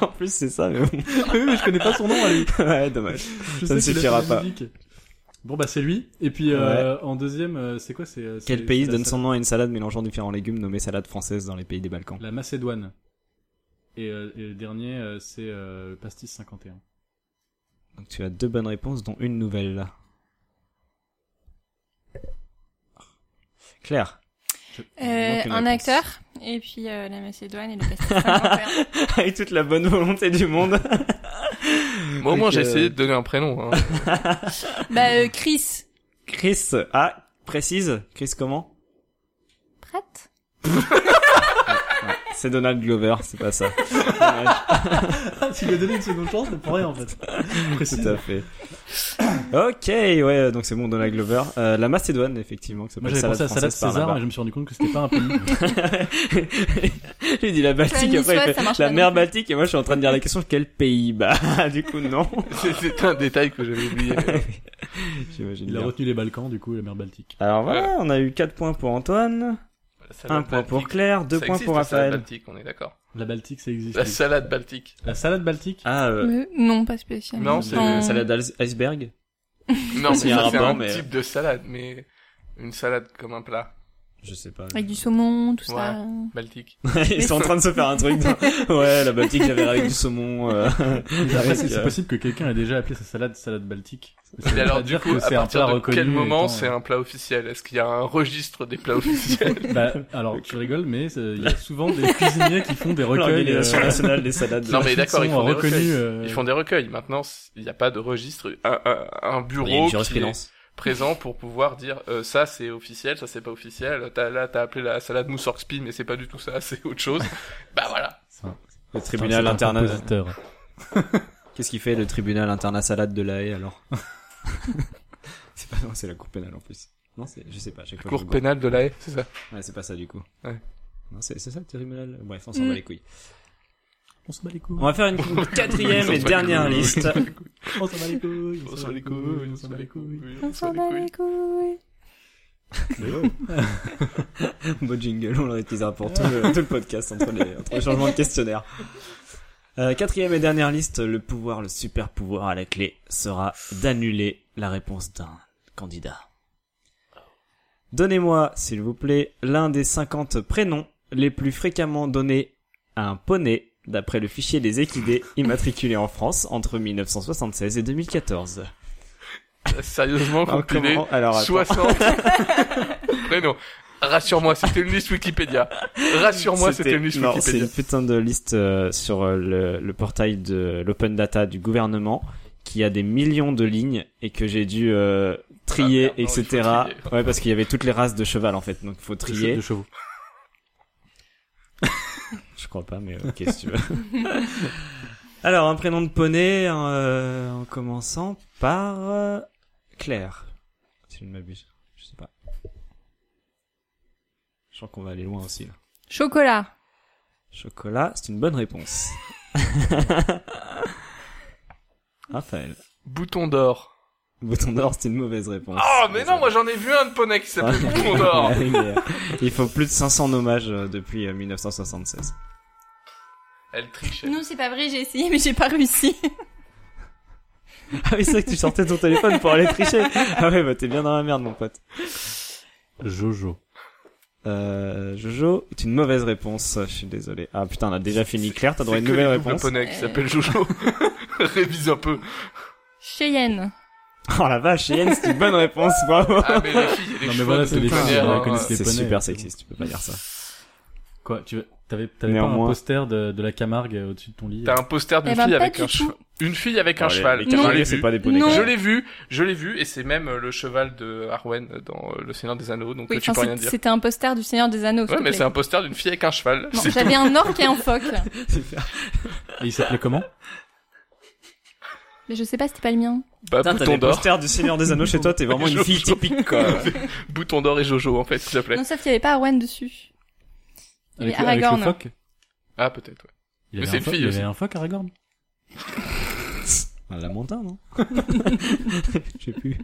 S4: en plus, c'est ça, mais bon.
S1: Ah Oui, mais je connais pas son nom à lui.
S4: ouais, dommage.
S1: Je
S4: Ça ne
S1: sais qu'il a
S4: suffira
S1: fait
S4: pas.
S1: la musique. Bon bah c'est lui. Et puis euh, en deuxième, euh, c'est quoi c'est euh, c'est-
S4: Quel pays
S1: c'est la
S4: donne
S1: sa-
S4: son nom à une salade mélangeant différents légumes nommée salade française dans les pays des Balkans
S1: La Macédoine. Et, euh, et le dernier, euh, c'est euh, le Pastis 51.
S4: Donc tu as deux bonnes réponses, dont une nouvelle là. Claire.
S2: Euh,
S4: Manque une
S2: un
S4: réponse.
S2: acteur, et puis euh, la Macédoine et le pastis 51.
S4: Avec toute la bonne volonté du monde.
S3: Moi au moins
S4: Donc,
S3: j'ai
S4: euh,
S3: essayé de donner un prénom. hein.
S2: bah, euh, Chris
S4: Chris, ah, précise, Chris comment
S2: Pratt
S4: C'est Donald Glover, c'est pas ça. Dommage,
S1: tu Ah, lui as donné une seconde chance, mais pour rien en fait.
S4: Tout à fait. Ok, ouais, donc c'est bon, Donald Glover. Euh, la Macédoine, effectivement, qui
S1: Moi
S4: s'appelle
S1: j'avais
S4: Salade
S1: pensé à Salade
S4: française par
S1: César, mais
S4: là-bas.
S1: je me suis rendu compte que c'était pas un pays.
S4: Lui dit la Baltique,
S2: Niçoise,
S4: après
S2: ça
S4: il fait
S2: marche
S4: la
S2: pas
S4: mer
S2: non plus.
S4: Baltique, et moi je suis en train de dire la question quel pays Bah, du coup, non.
S3: C'est- C'est un détail que j'avais oublié.
S4: J'imagine
S1: Il a
S4: bien.
S1: retenu les Balkans, du coup, la mer Baltique.
S4: Alors voilà, on a eu 4 points pour Antoine,
S3: La
S4: 1
S3: salade
S4: point pour
S3: baltique.
S4: Claire, 2
S3: Ça
S4: points
S3: existe,
S4: pour
S3: la salade
S4: Raphaël.
S3: baltique, on est d'accord.
S1: La Baltique, ça existe.
S3: La salade baltique.
S1: La salade Baltique
S4: Ah, euh,
S2: Euh, Non, pas spécialement.
S3: Non, c'est-
S2: Non.
S4: salade ice- iceberg
S3: Non, mais
S4: s'il y a
S3: ça,
S4: un
S3: c'est
S4: rapport,
S3: un
S4: mais-
S3: type de salade, mais une salade comme un plat
S4: Je sais pas.
S2: Avec du saumon, tout ça.
S3: baltique.
S4: Ils sont en train de se faire un truc. dans- Ouais, la Baltique, j'avais avec du saumon. euh,
S3: Ah,
S1: Après,
S4: avec,
S1: c'est c'est
S4: euh,
S1: possible que quelqu'un ait déjà appelé sa salade salade Baltique. Mais ça veut
S3: Et alors
S1: pas
S3: du
S1: dire
S3: coup,
S1: que
S3: à
S1: c'est un
S3: partir
S1: plat
S3: de
S1: reconnu
S3: quel moment
S1: étant-
S3: c'est un plat officiel Est-ce qu'il y a un registre des plats officiels
S1: Bah, alors, tu rigoles, mais euh, il y a souvent des cuisiniers qui font des recueils.
S4: L'organisation
S1: euh,
S4: nationale des salades.
S3: Non, mais
S1: qui
S3: d'accord, ils
S1: sont
S3: font des
S1: reconnus.
S3: recueils.
S1: euh,
S3: Ils font des recueils. Maintenant, c- il n'y a pas de registre, un, un- un bureau
S4: Il y a une
S3: qui est
S4: jurisprudence.
S3: présent pour pouvoir dire euh, ça c'est officiel, ça c'est pas officiel. T'as- là, t'as appelé la salade moussorgspi, mais c'est pas du tout ça, c'est autre chose. bah voilà.
S1: c'est un-
S4: Le
S1: c'est
S4: tribunal
S1: un
S4: international.
S1: compositeur.
S4: Qu'est-ce qu'il fait le tribunal international de la haie alors C'est pas non, c'est la cour pénale en plus. Non, c'est je sais pas. Chaque fois, je
S3: Cour
S4: me
S3: pénale de la haie, c'est ça.
S4: gourre. Ouais, c'est pas ça du coup.
S3: Ouais.
S4: Non, c'est c'est ça le tribunal. Bref, on s'en
S2: Mm.
S4: bat les couilles.
S1: On s'en bat les
S4: On
S1: couilles.
S4: va faire une quatrième et dernière liste.
S1: On s'en bat les couilles.
S3: On s'en bat les couilles, on s'en bat les couilles,
S2: On s'en bat les couilles.
S4: Beau jingle, on le réutilisera pour tout le, tout le podcast entre les, entre les changements de questionnaire. Euh, quatrième et dernière liste, le pouvoir, le super pouvoir à la clé sera d'annuler la réponse d'un candidat. Donnez-moi, s'il vous plaît, l'un des 50 prénoms les plus fréquemment donnés à un poney d'après le fichier des équidés immatriculé en France entre 1976 et 2014.
S3: Sérieusement,
S4: Alors,
S3: compilé
S4: comment- alors, attends.
S3: 60 prénoms. Rassure-moi, c'était une liste Wikipédia. Rassure-moi, c'était une liste
S4: non, c'est
S3: Wikipédia.
S4: une putain de liste euh, sur euh, le, le portail de l'open data du gouvernement qui a des millions de lignes et que j'ai dû euh, trier,
S3: Ah, merde, non,
S4: etc.
S3: il faut trier.
S4: Ouais, parce qu'il y avait toutes les races de cheval en fait, donc faut
S1: De che-
S4: trier.
S1: De chevaux.
S4: Je crois pas, mais ok si tu veux. Alors, un prénom de poney euh, en commençant par euh, Claire. Si je ne m'abuse, je sais pas. Je crois qu'on va aller loin aussi. Là.
S2: Chocolat.
S4: Chocolat, c'est une bonne réponse. Raphaël.
S3: Bouton d'or.
S4: Bouton d'or, c'est une mauvaise réponse.
S3: Oh, mais non, moi j'en ai vu un de poney qui s'appelait Bouton d'or.
S4: Ah, Ouais, mais, euh, Il faut plus de 500 nommages euh, depuis euh, 1976.
S3: Elle trichait.
S2: Non, c'est pas vrai, j'ai essayé, mais j'ai pas réussi.
S4: Ah oui, c'est vrai que tu sortais ton téléphone pour aller tricher. Ah ouais, bah t'es bien dans la merde, mon pote.
S1: Jojo.
S4: Euh, Jojo, c'est une mauvaise réponse, je suis désolé. Ah putain, on a déjà fini. Claire, t'as droit à une
S3: C'est que
S4: nouvelle
S3: les doubles
S4: réponse.
S3: poneys qui s'appellent Jojo. Révise un peu.
S2: Cheyenne.
S4: Oh la vache, Yann, c'est une bonne réponse, bravo.
S3: Ah, mais les filles, les
S1: Non, mais
S3: chevaux
S1: voilà,
S3: de
S1: c'est des
S3: poneys,
S1: filles,
S3: hein.
S1: elles connaissent les
S4: C'est
S1: poneys,
S4: super
S1: c'est bon.
S4: sexiste, tu peux pas dire ça.
S1: Quoi, tu veux- t'avais t'avais pas un
S4: Néanmoins.
S1: poster de, de la Camargue euh, au-dessus de ton lit
S3: T'as un poster
S2: Eh
S3: d'une
S2: ben,
S3: fille
S2: pas
S3: avec
S2: du
S3: un cheval.
S2: tout.
S3: Une fille avec un
S4: Oh, les-
S3: cheval.
S4: Les,
S2: Non.
S4: cavaliers,
S3: Je
S4: c'est
S3: l'ai
S4: pas
S3: vu.
S4: des poneys.
S2: Non.
S3: Je l'ai vu, je l'ai vu, et c'est même euh, le cheval de Arwen dans euh, Le Seigneur des Anneaux, donc
S2: Oui,
S3: euh, tu
S2: enfin,
S3: peux rien
S2: c'est-
S3: dire.
S2: c'était un poster du Seigneur des Anneaux. s'il
S3: Ouais,
S2: te
S3: mais
S2: plaît.
S3: c'est un poster d'une fille avec un cheval.
S2: Non,
S3: C'est tout.
S2: j'avais un orc et un phoque.
S1: Et il s'appelait comment
S2: Mais je sais pas, c'était pas le mien.
S3: Bah,
S4: Putain, t'as
S3: bouton
S4: des
S3: d'or.
S4: posters du Seigneur des Anneaux chez toi, t'es vraiment une fille
S3: Jojo.
S4: typique, quoi.
S3: Bouton d'or et Jojo, en fait, s'il te plaît.
S2: Non, sauf qu'il y avait pas Arwen dessus. Il y
S1: avec,
S2: avait
S1: le- avec le
S2: Aragorn.
S1: phoque
S3: Ah, peut-être, ouais.
S1: il
S3: Mais
S1: avait
S3: c'est
S1: un
S3: une
S1: phoque-
S3: fille
S1: Il
S3: aussi.
S1: avait un phoque, Aragorn
S4: Un lamentin, Ah, non Je sais plus.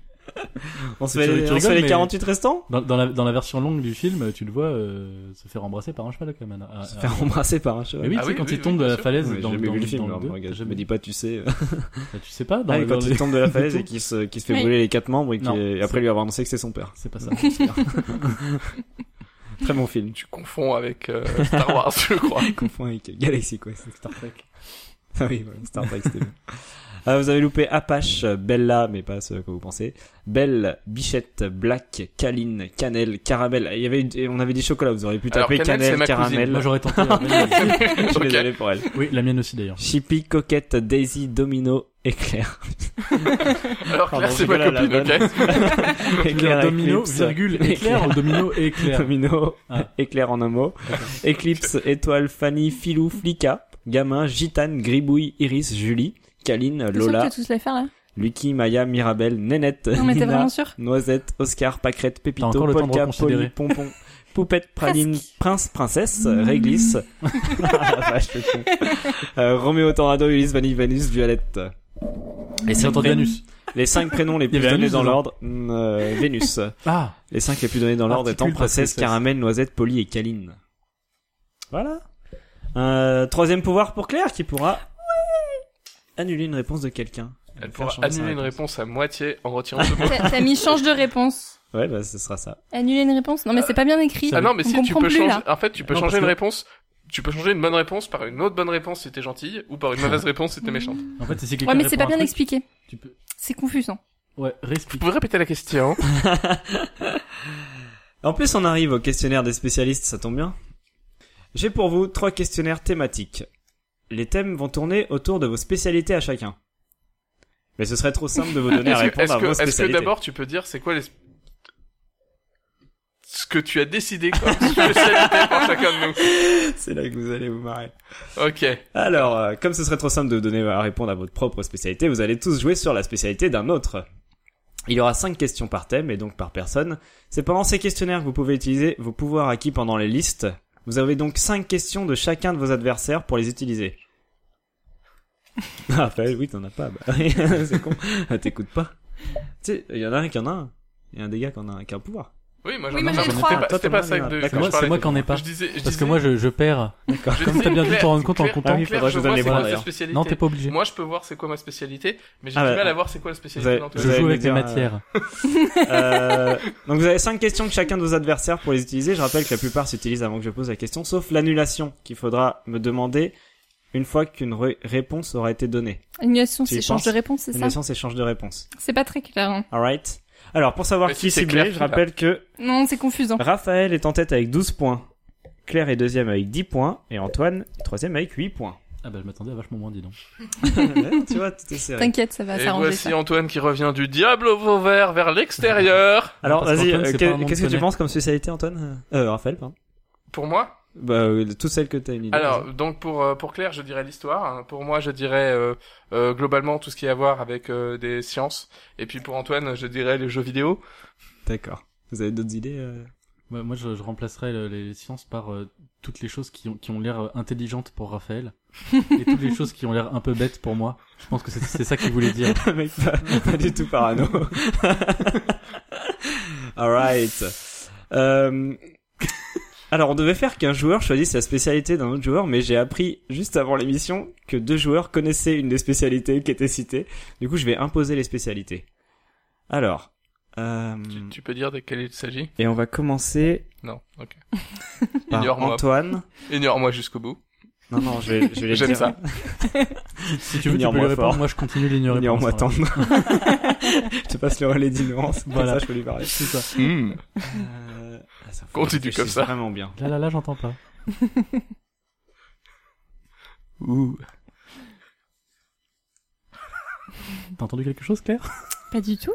S4: On
S1: Tu-
S4: se fait,
S1: tu
S4: les- on se
S1: rigoles,
S4: fait les
S1: mais-
S4: 48 restants
S1: dans, dans, la, dans la version longue du film, tu le vois euh, se faire embrasser par un cheval, quand même. à- à-
S4: Se faire embrasser par un
S1: Mais
S4: cheval.
S1: oui,
S3: Ah
S1: tu sais,
S3: oui,
S1: quand
S3: oui,
S1: il tombe de
S3: oui, bien
S1: la
S3: sûr.
S1: falaise
S4: Ouais,
S1: dans
S4: J'ai jamais
S1: dans-
S4: vu le film,
S1: dans
S4: alors,
S1: deux,
S4: regarde,
S1: t'as
S4: je
S1: jamais-
S4: me dis pas, tu sais. euh,
S1: Bah, tu sais pas, dans
S4: Ah,
S1: la-
S4: et quand
S1: dans
S4: il
S1: les-
S4: tombe de la falaise et
S1: photos.
S4: qu'il se, qu'il se fait
S2: Oui.
S4: brûler les quatre membres et, qu'il-
S1: Non,
S4: et après lui avoir annoncé que c'est son père.
S1: C'est pas ça.
S4: Très bon film.
S3: Tu confonds avec euh, Star Wars, je crois.
S4: Je confonds avec Galaxy Quest, avec Star Trek. Ah oui, voilà, Star Trek, c'était bien. Euh, vous avez loupé Apache, euh, Bella, mais pas ce que vous pensez. Belle, Bichette, Black, Kaline, Cannelle, Caramel. Il y avait, une- et on avait dit chocolat, vous auriez pu
S3: Alors,
S4: taper
S3: Cannelle,
S4: Cannelle,
S3: c'est ma
S4: Caramel.
S1: Moi, j'aurais tenté. euh,
S4: Je suis
S3: Ok.
S4: désolé pour elle.
S1: Oui, la mienne aussi, d'ailleurs.
S4: Chippy, Coquette, Daisy, Domino, Éclair.
S3: Alors, Claire,
S4: Pardon,
S3: c'est ma
S4: je rigole
S3: copine,
S4: à la
S3: ok
S4: Éclair,
S1: domino,
S4: Eclipse,
S1: virgule, éclair, ou domino, éclair.
S4: Domino,
S1: Ah.
S4: éclair en un mot. Éclipse, étoile, Fanny, Filou, Flica, Gamin, Gitane, Gribouille, Iris, Julie, Kaline,
S2: T'es sûr que
S4: Lola,
S2: tu tous les faire là
S4: Lucky, Maya, Mirabelle, Nénette,
S2: Non, mais t'es
S4: Nina,
S2: vraiment sûr
S4: Noisette, Oscar, Pâquerette, Pépito,
S1: T'as encore le temps de
S4: Polka, Polly,
S1: reconsidérer.
S4: Pompon, Poupette, Praline,
S2: Presque.
S4: Prince, Princesse, Réglisse, Mmh. ah, la vache, le con. Euh, Roméo, Tornado, Ulysse, Vanille, Vanus, Violette.
S1: Et c'est entendu Anus.
S4: Les cinq prénoms les
S1: y
S4: plus
S1: avait
S4: donnés
S1: Anus
S4: dans
S1: dedans.
S4: l'ordre, mm, euh, Vénus.
S1: Ah,
S4: Les cinq les plus donnés dans l'ordre étant
S1: Particule,
S4: Princesse,
S1: princesse.
S4: Caramel, Noisette, Polly et Caline. Voilà. Euh, troisième pouvoir pour Claire qui pourra annuler une réponse de quelqu'un.
S3: Elle
S4: Faire
S3: pourra
S4: changer sa
S3: annuler une réponse à moitié en retirant ce mot.
S2: T'as t'as mis change de réponse.
S4: Ouais, bah ce sera ça.
S2: Annuler une réponse Non, mais c'est pas bien écrit.
S3: Ah non, mais
S2: On
S3: si, tu
S2: comprend
S3: peux
S2: plus,
S3: changer,
S2: là.
S3: en fait, tu peux
S1: Non,
S3: changer
S1: parce
S3: une
S1: que-
S3: réponse, tu peux changer une bonne réponse par une autre bonne réponse si t'es gentille, ou par une mauvaise réponse si t'es méchante.
S1: en fait, si quelqu'un
S2: Ouais, mais c'est
S1: répond
S2: pas
S1: un
S2: bien
S1: truc,
S2: expliqué.
S1: Tu peux...
S2: C'est hein. confusant.
S1: Ouais,
S3: Vous
S1: réexplique.
S3: pouvez répéter la question
S4: En plus, on arrive au questionnaire des spécialistes, ça tombe bien. J'ai pour vous trois questionnaires thématiques. Les thèmes vont tourner autour de vos spécialités à chacun. Mais ce serait trop simple de vous donner à
S3: Est-ce que,
S4: répondre
S3: est-ce
S4: à
S3: que-
S4: vos
S3: est-ce que
S4: spécialités.
S3: d'abord tu peux dire c'est quoi les ce que tu as décidé comme spécialité pour chacun de nous
S4: C'est là que vous allez vous marrer.
S3: Ok.
S4: Alors, euh, comme ce serait trop simple de vous donner euh, à répondre à votre propre spécialité, vous allez tous jouer sur la spécialité d'un autre. Il y aura cinq questions par thème et donc par personne. C'est pendant ces questionnaires que vous pouvez utiliser vos pouvoirs acquis pendant les listes. Vous avez donc cinq questions de chacun de vos adversaires pour les utiliser. Ah, bah oui, t'en as pas. Bah. oui, C'est con. Ah, T'écoutes pas. Tu sais, il y en a un qui en a un. Il y a un des gars qui en a un qui a un pouvoir.
S3: Oui, moi j'en
S2: Oui,
S3: ai
S2: mais
S3: un.
S2: j'en ai
S3: C'était
S2: trois.
S3: pas-
S4: Toi,
S3: C'était
S4: t'en
S3: pas
S4: as
S3: ça
S4: un,
S3: de-
S4: d'accord.
S3: quand
S1: Moi, c'est
S3: je parlais
S1: moi
S3: de-
S1: qui en ai pas.
S3: Je disais, je
S1: Parce que
S3: disais-
S1: moi, je, je perds.
S4: D'accord.
S3: je
S1: Comme
S3: disais,
S1: t'as bien dû
S3: Claire,
S1: t'en rendre compte en
S3: Claire,
S1: comptant.
S4: Ah oui,
S3: Claire,
S4: faudra que
S3: je
S4: je vous
S3: vois
S4: donne les
S3: c'est quoi
S4: bras,
S3: ta
S4: d'ailleurs.
S3: spécialité.
S1: Non, t'es pas obligé.
S3: Moi, je peux voir c'est quoi ma spécialité, mais j'ai
S4: Ah
S3: du
S4: bah,
S3: mal à voir c'est quoi la
S4: vous
S3: spécialité
S4: avez-
S3: dans tous
S4: vous
S3: les
S1: Je
S3: cas.
S4: allez
S1: joue
S4: me
S1: avec les
S4: dire, euh,
S1: matières.
S4: Euh, donc vous avez cinq questions de chacun de vos adversaires pour les utiliser. Je rappelle que la plupart s'utilisent avant que je pose la question, sauf l'annulation qu'il faudra me demander une fois qu'une ré- réponse aura été donnée.
S2: Annulation,
S4: Tu y
S2: c'est change
S4: penses
S2: de réponse, c'est ça
S4: L'annulation, c'est change de réponse.
S2: C'est pas très clair. hein.
S4: Alright. Alors pour savoir
S3: Mais si
S4: qui
S3: c'est
S4: cibler,
S3: clair,
S4: je
S3: tu l'as.
S4: rappelle que
S2: Non, c'est confusant.
S4: Ah, Raphaël est en tête avec 12 points, Claire est deuxième avec 10 points et Antoine est troisième avec 8 points.
S1: Ah bah, je m'attendais à vachement moins, dis donc.
S4: tu vois, tout est serré.
S2: T'inquiète, Ah, ça va
S3: Et
S2: s'arranger.
S3: voici
S2: ça.
S3: Antoine qui revient du diable au Vauvert vers l'extérieur.
S4: Alors
S1: Parce
S4: vas-y,
S1: qu'Antoine,
S4: euh,
S1: c'est pas un
S4: que-
S1: nom de
S4: qu'est-ce que tu
S1: poney.
S4: penses comme spécialité, Antoine Euh, Raphaël, pardon.
S3: Pour moi,
S4: Bah, euh, toutes celles que t'as émises.
S3: Alors, donc pour euh, pour Claire, je dirais l'histoire. hein. Pour moi, je dirais euh, euh, globalement tout ce qui a à voir avec euh, des sciences. Et puis pour Antoine, je dirais les jeux vidéo.
S4: D'accord. Vous avez d'autres idées euh
S1: Ouais, moi, je, je remplacerais le- les sciences par euh, toutes les choses qui ont, qui ont l'air euh, intelligentes pour Raphaël et toutes les choses qui ont l'air un peu bêtes pour moi. Je pense que c'est- c'est ça qu'il voulait dire.
S4: Le mec pas, pas du tout parano. Alright. Euh, alors, on devait faire qu'un joueur choisisse la spécialité d'un autre joueur, mais j'ai appris juste avant l'émission que deux joueurs connaissaient une des spécialités qui était citée. Du coup, je vais imposer les spécialités. Alors, euh,
S3: Tu, tu peux dire de quel il s'agit
S4: et on va commencer
S3: Non. Ok.
S4: par
S3: Ignore-moi.
S4: Antoine.
S3: Ignore-moi jusqu'au bout.
S4: Non, non, je vais, je vais les
S3: J'aime
S4: dire.
S3: ça.
S1: Si tu veux, tu peux
S4: Ignore-moi
S1: lui répondre.
S4: fort.
S1: Moi, je continue l'ignorer.
S4: Ignore moi
S1: pendant
S4: tendre.
S1: ce
S4: je te passe le relais d'ignorance. Comme
S1: Voilà.
S4: ça, je peux lui parler.
S1: temps-là. C'est ça.
S4: Mm.
S3: Hmm.
S4: Euh, ah, ça faut
S3: Continue
S4: réfléchir,
S3: comme ça.
S4: c'est Vraiment bien.
S1: Là, là, là, j'entends pas.
S3: Ouh.
S1: T'as entendu quelque chose, Claire
S2: Pas du tout.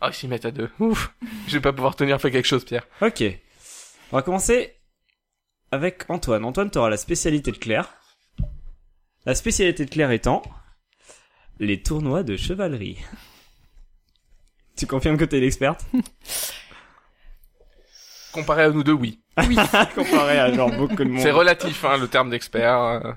S3: Ah, ils s'y mettent à deux. Ouf. Je vais pas pouvoir tenir fait quelque chose, Pierre.
S4: Ok. On va commencer avec Antoine. Antoine, t'auras la spécialité de Claire. La spécialité de Claire étant les tournois de chevalerie. Tu confirmes que t'es l'experte
S3: Comparé à nous deux, oui.
S4: Comparé à genre beaucoup de monde.
S3: C'est relatif, hein, le terme d'expert. euh.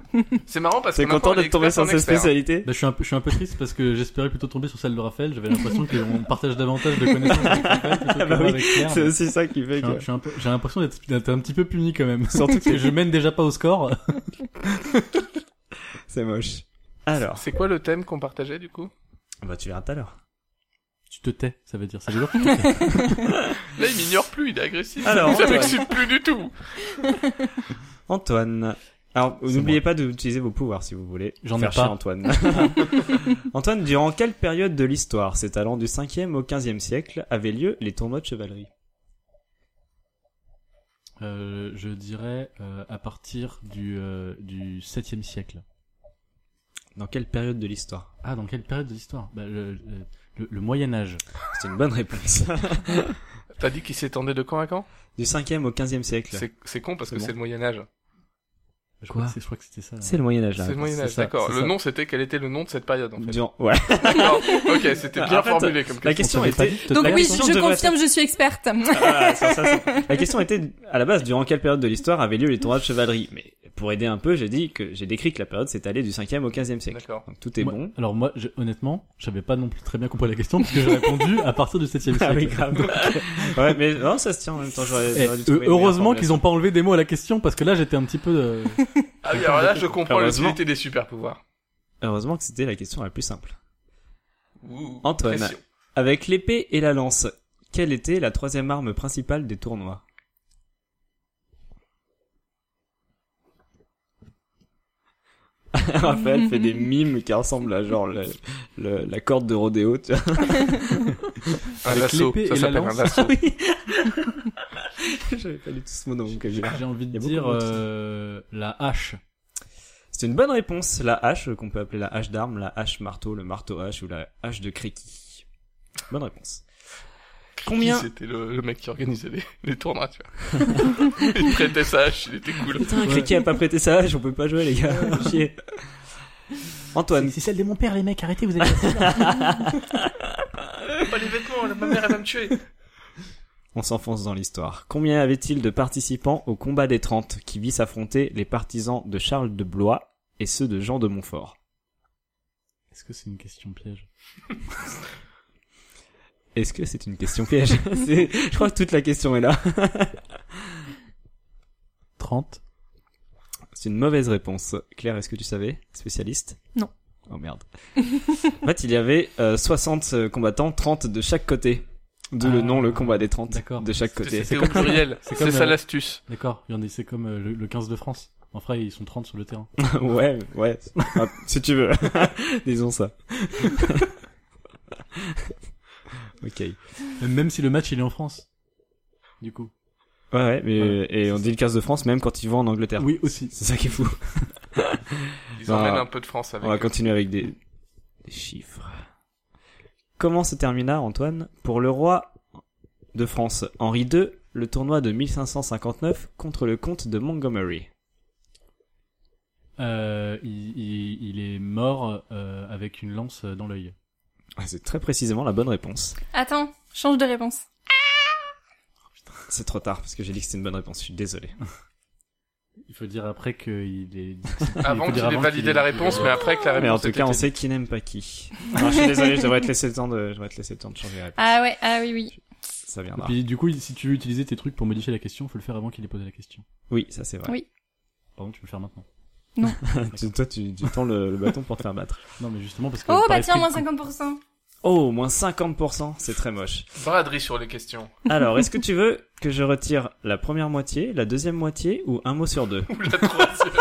S3: C'est marrant parce que
S4: T'es content d'être tombé sur cette spécialité
S1: Bah, je, suis un peu, je suis un peu triste parce que j'espérais plutôt tomber sur celle de Raphaël. J'avais l'impression qu'on partage davantage de connaissances avec Raphaël plutôt que
S4: Bah
S1: moi
S4: oui,
S1: avec Claire.
S4: C'est aussi ça qui
S1: Je
S4: fait
S1: suis un-
S4: que...
S1: je suis un peu- J'ai l'impression d'être d'être un petit peu puni quand même.
S4: Surtout
S1: Parce que
S4: que
S1: je mène déjà pas au score.
S4: c'est moche. Alors,
S3: C'est quoi le thème qu'on partageait du coup
S4: bah tu verras tout à l'heure.
S1: Tu te tais, ça veut dire. Ça veut dire
S3: Là, il m'ignore plus, il est agressif.
S4: Alors,
S3: ça
S4: Antoine.
S3: m'excite plus du tout.
S4: Antoine. Alors,
S1: C'est
S4: n'oubliez pas d'utiliser vos pouvoirs si vous voulez.
S1: J'en ai
S4: Faire
S1: pas.
S4: chier Antoine. Antoine, durant quelle période de l'histoire, c'est allant du 5e au 15e siècle, avaient lieu les tournois de chevalerie
S1: Euh, je dirais euh, à partir du, euh, du 7e siècle.
S4: Dans quelle période de l'histoire
S1: Ah, dans quelle période de l'histoire bah, le, le- le- le Moyen Âge.
S4: C'est une bonne réponse.
S3: T'as dit qu'il s'étendait de camp à camp
S4: du 5e au 15e siècle.
S3: C'est c'est con parce
S4: C'est
S3: que
S4: bon.
S3: c'est le Moyen Âge.
S1: Je
S4: Quoi
S1: crois que c'est- je crois que c'était ça. là.
S4: C'est le Moyen Âge.
S3: C'est le Moyen Âge, d'accord. Le nom, c'était quel était le nom de cette période en fait
S4: Durant... Ouais.
S3: D'accord. Ok, c'était
S4: En
S3: bien
S4: fait,
S3: formulé comme
S4: La
S3: question.
S4: question
S1: On savait pas
S4: était.
S1: dit, te
S2: Donc
S1: tais.
S4: La
S2: oui, je,
S4: question
S2: je
S4: devrait
S2: confirme, je suis experte.
S4: Ah, ça, ça, ça. La question était à la base durant quelle période de l'histoire avaient lieu les tournois de chevalerie Mais pour aider un peu, j'ai dit que j'ai décrit que la période s'étalait du 5e au 15e siècle.
S3: D'accord.
S4: Donc tout est
S1: Moi-
S4: bon.
S1: Alors moi, je- honnêtement, j'avais pas non plus très bien compris la question parce que j'ai répondu à partir du 7e siècle.
S4: Ah oui, grave. ouais, mais non, ça se tient en même temps. J'aurais,
S1: Eh,
S4: j'aurais dû
S1: euh,
S4: trouver une
S1: heureusement
S4: meilleure
S1: qu'ils ont pas enlevé des mots à la question parce que là j'étais un petit peu. euh,
S3: Ah oui, alors là, je comprends
S4: Heureusement.
S3: l'utilité des super pouvoirs.
S4: formulation. Heureusement que c'était la question la plus simple. Antoine. Avec l'épée et la lance, quelle était la troisième arme principale des tournois Raphaël fait des mimes qui ressemblent à genre le- le- la corde de rodéo, tu vois.
S3: Un
S1: Avec
S3: lasso.
S1: l'épée
S3: Ça
S1: et la
S3: s'appelle un
S1: lance.
S4: Ah
S3: lasso.
S4: J'avais pas du tout ce mot dans mon vocabulaire.
S1: j'ai envie de
S4: y a
S1: dire
S4: beaucoup de mots.
S1: euh, la hache.
S4: C'est une bonne réponse, la hache, euh, qu'on peut appeler la hache d'arme, la hache marteau, le marteau hache ou la hache de Créqui. Bonne réponse. Combien
S3: Qui C'était le, le mec qui organisait les, les tournois, tu vois. il prêtait sa hache, il était cool.
S4: Putain, Criqui a pas prêté sa hache, on peut pas jouer les gars. Chier. Antoine,
S1: celle de mon père, les mecs. Arrêtez, vous allez.
S3: Pas les vêtements, ma mère, elle va me tuer.
S4: on s'enfonce dans l'histoire. Combien avait-il de participants au combat des Trente qui vit s'affronter les partisans de Charles de Blois et ceux de Jean de Montfort
S1: Est-ce que c'est une question piège
S4: Est-ce que c'est une question piège C'est- Je crois que toute la question est là.
S1: 30
S4: C'est une mauvaise réponse. Claire, est-ce que tu savais Spécialiste
S2: Non.
S4: Oh merde. en fait, il y avait euh, 60 combattants, 30 de chaque côté. D'où le
S1: Ah,
S4: nom, le combat des 30.
S1: d'accord.
S4: De chaque côté.
S3: C'était au pluriel.
S1: c'est
S3: C'est
S1: comme,
S3: ça
S1: euh,
S3: l'astuce.
S1: D'accord. Il y en a. C'est comme euh, le, le 15 de France. Enfin, ils sont 30 sur le terrain.
S4: ouais, ouais. Ah, si tu veux. Disons ça. ok. Ouais,
S1: Euh, Même si le match il est en France. Du coup.
S4: ouais, mais,
S1: Ouais.
S4: et on dit le 15 de France même quand ils vont en Angleterre.
S1: Oui, aussi.
S4: C'est ça qui est fou.
S3: Ils
S4: bah,
S3: emmènent un peu de France avec
S4: On va
S3: eux.
S4: continuer avec des, des chiffres. Comment se termina, Antoine, pour le roi de France Henri II le tournoi de 1559 contre le comte de Montgomery.
S1: Euh, il, il- il est mort euh, avec une lance dans l'œil.
S4: Ah, C'est très précisément la bonne réponse.
S2: Attends, change de réponse.
S4: C'est trop tard parce que j'ai dit que c'était une bonne réponse, je suis désolé.
S1: Il faut dire après qu'il est. faut
S3: Avant qu'il
S1: dire
S3: ait
S1: avant
S3: validé
S1: qu'il ait-
S3: la réponse, mais après que la réponse.
S4: euh, Mais en tout
S3: était
S4: cas, on
S3: têtue.
S4: sait qui n'aime pas qui. Non, je suis désolé, je devrais te laisser le temps de, je devrais te laisser le temps de changer la réponse.
S2: Ah ouais, ah oui, oui.
S4: Ça
S1: Et
S4: viendra.
S1: puis du coup, il- si tu veux utiliser tes trucs pour modifier la question, faut le faire avant qu'il ait posé la question.
S4: Oui, ça c'est vrai.
S2: Oui.
S1: Pardon, tu peux le faire maintenant.
S4: Tu- toi, tu, tu tends le, le bâton pour te faire battre.
S1: Non, mais justement parce que.
S2: Oh
S1: par
S2: bah
S1: esprit
S2: tiens,
S1: de
S2: moins
S1: coup-
S2: 50%.
S4: Oh, moins 50%, c'est très moche.
S3: Braderie sur les questions.
S4: Alors, est-ce que tu veux que je retire la première moitié, la deuxième moitié ou un mot sur deux
S3: Ou la troisième.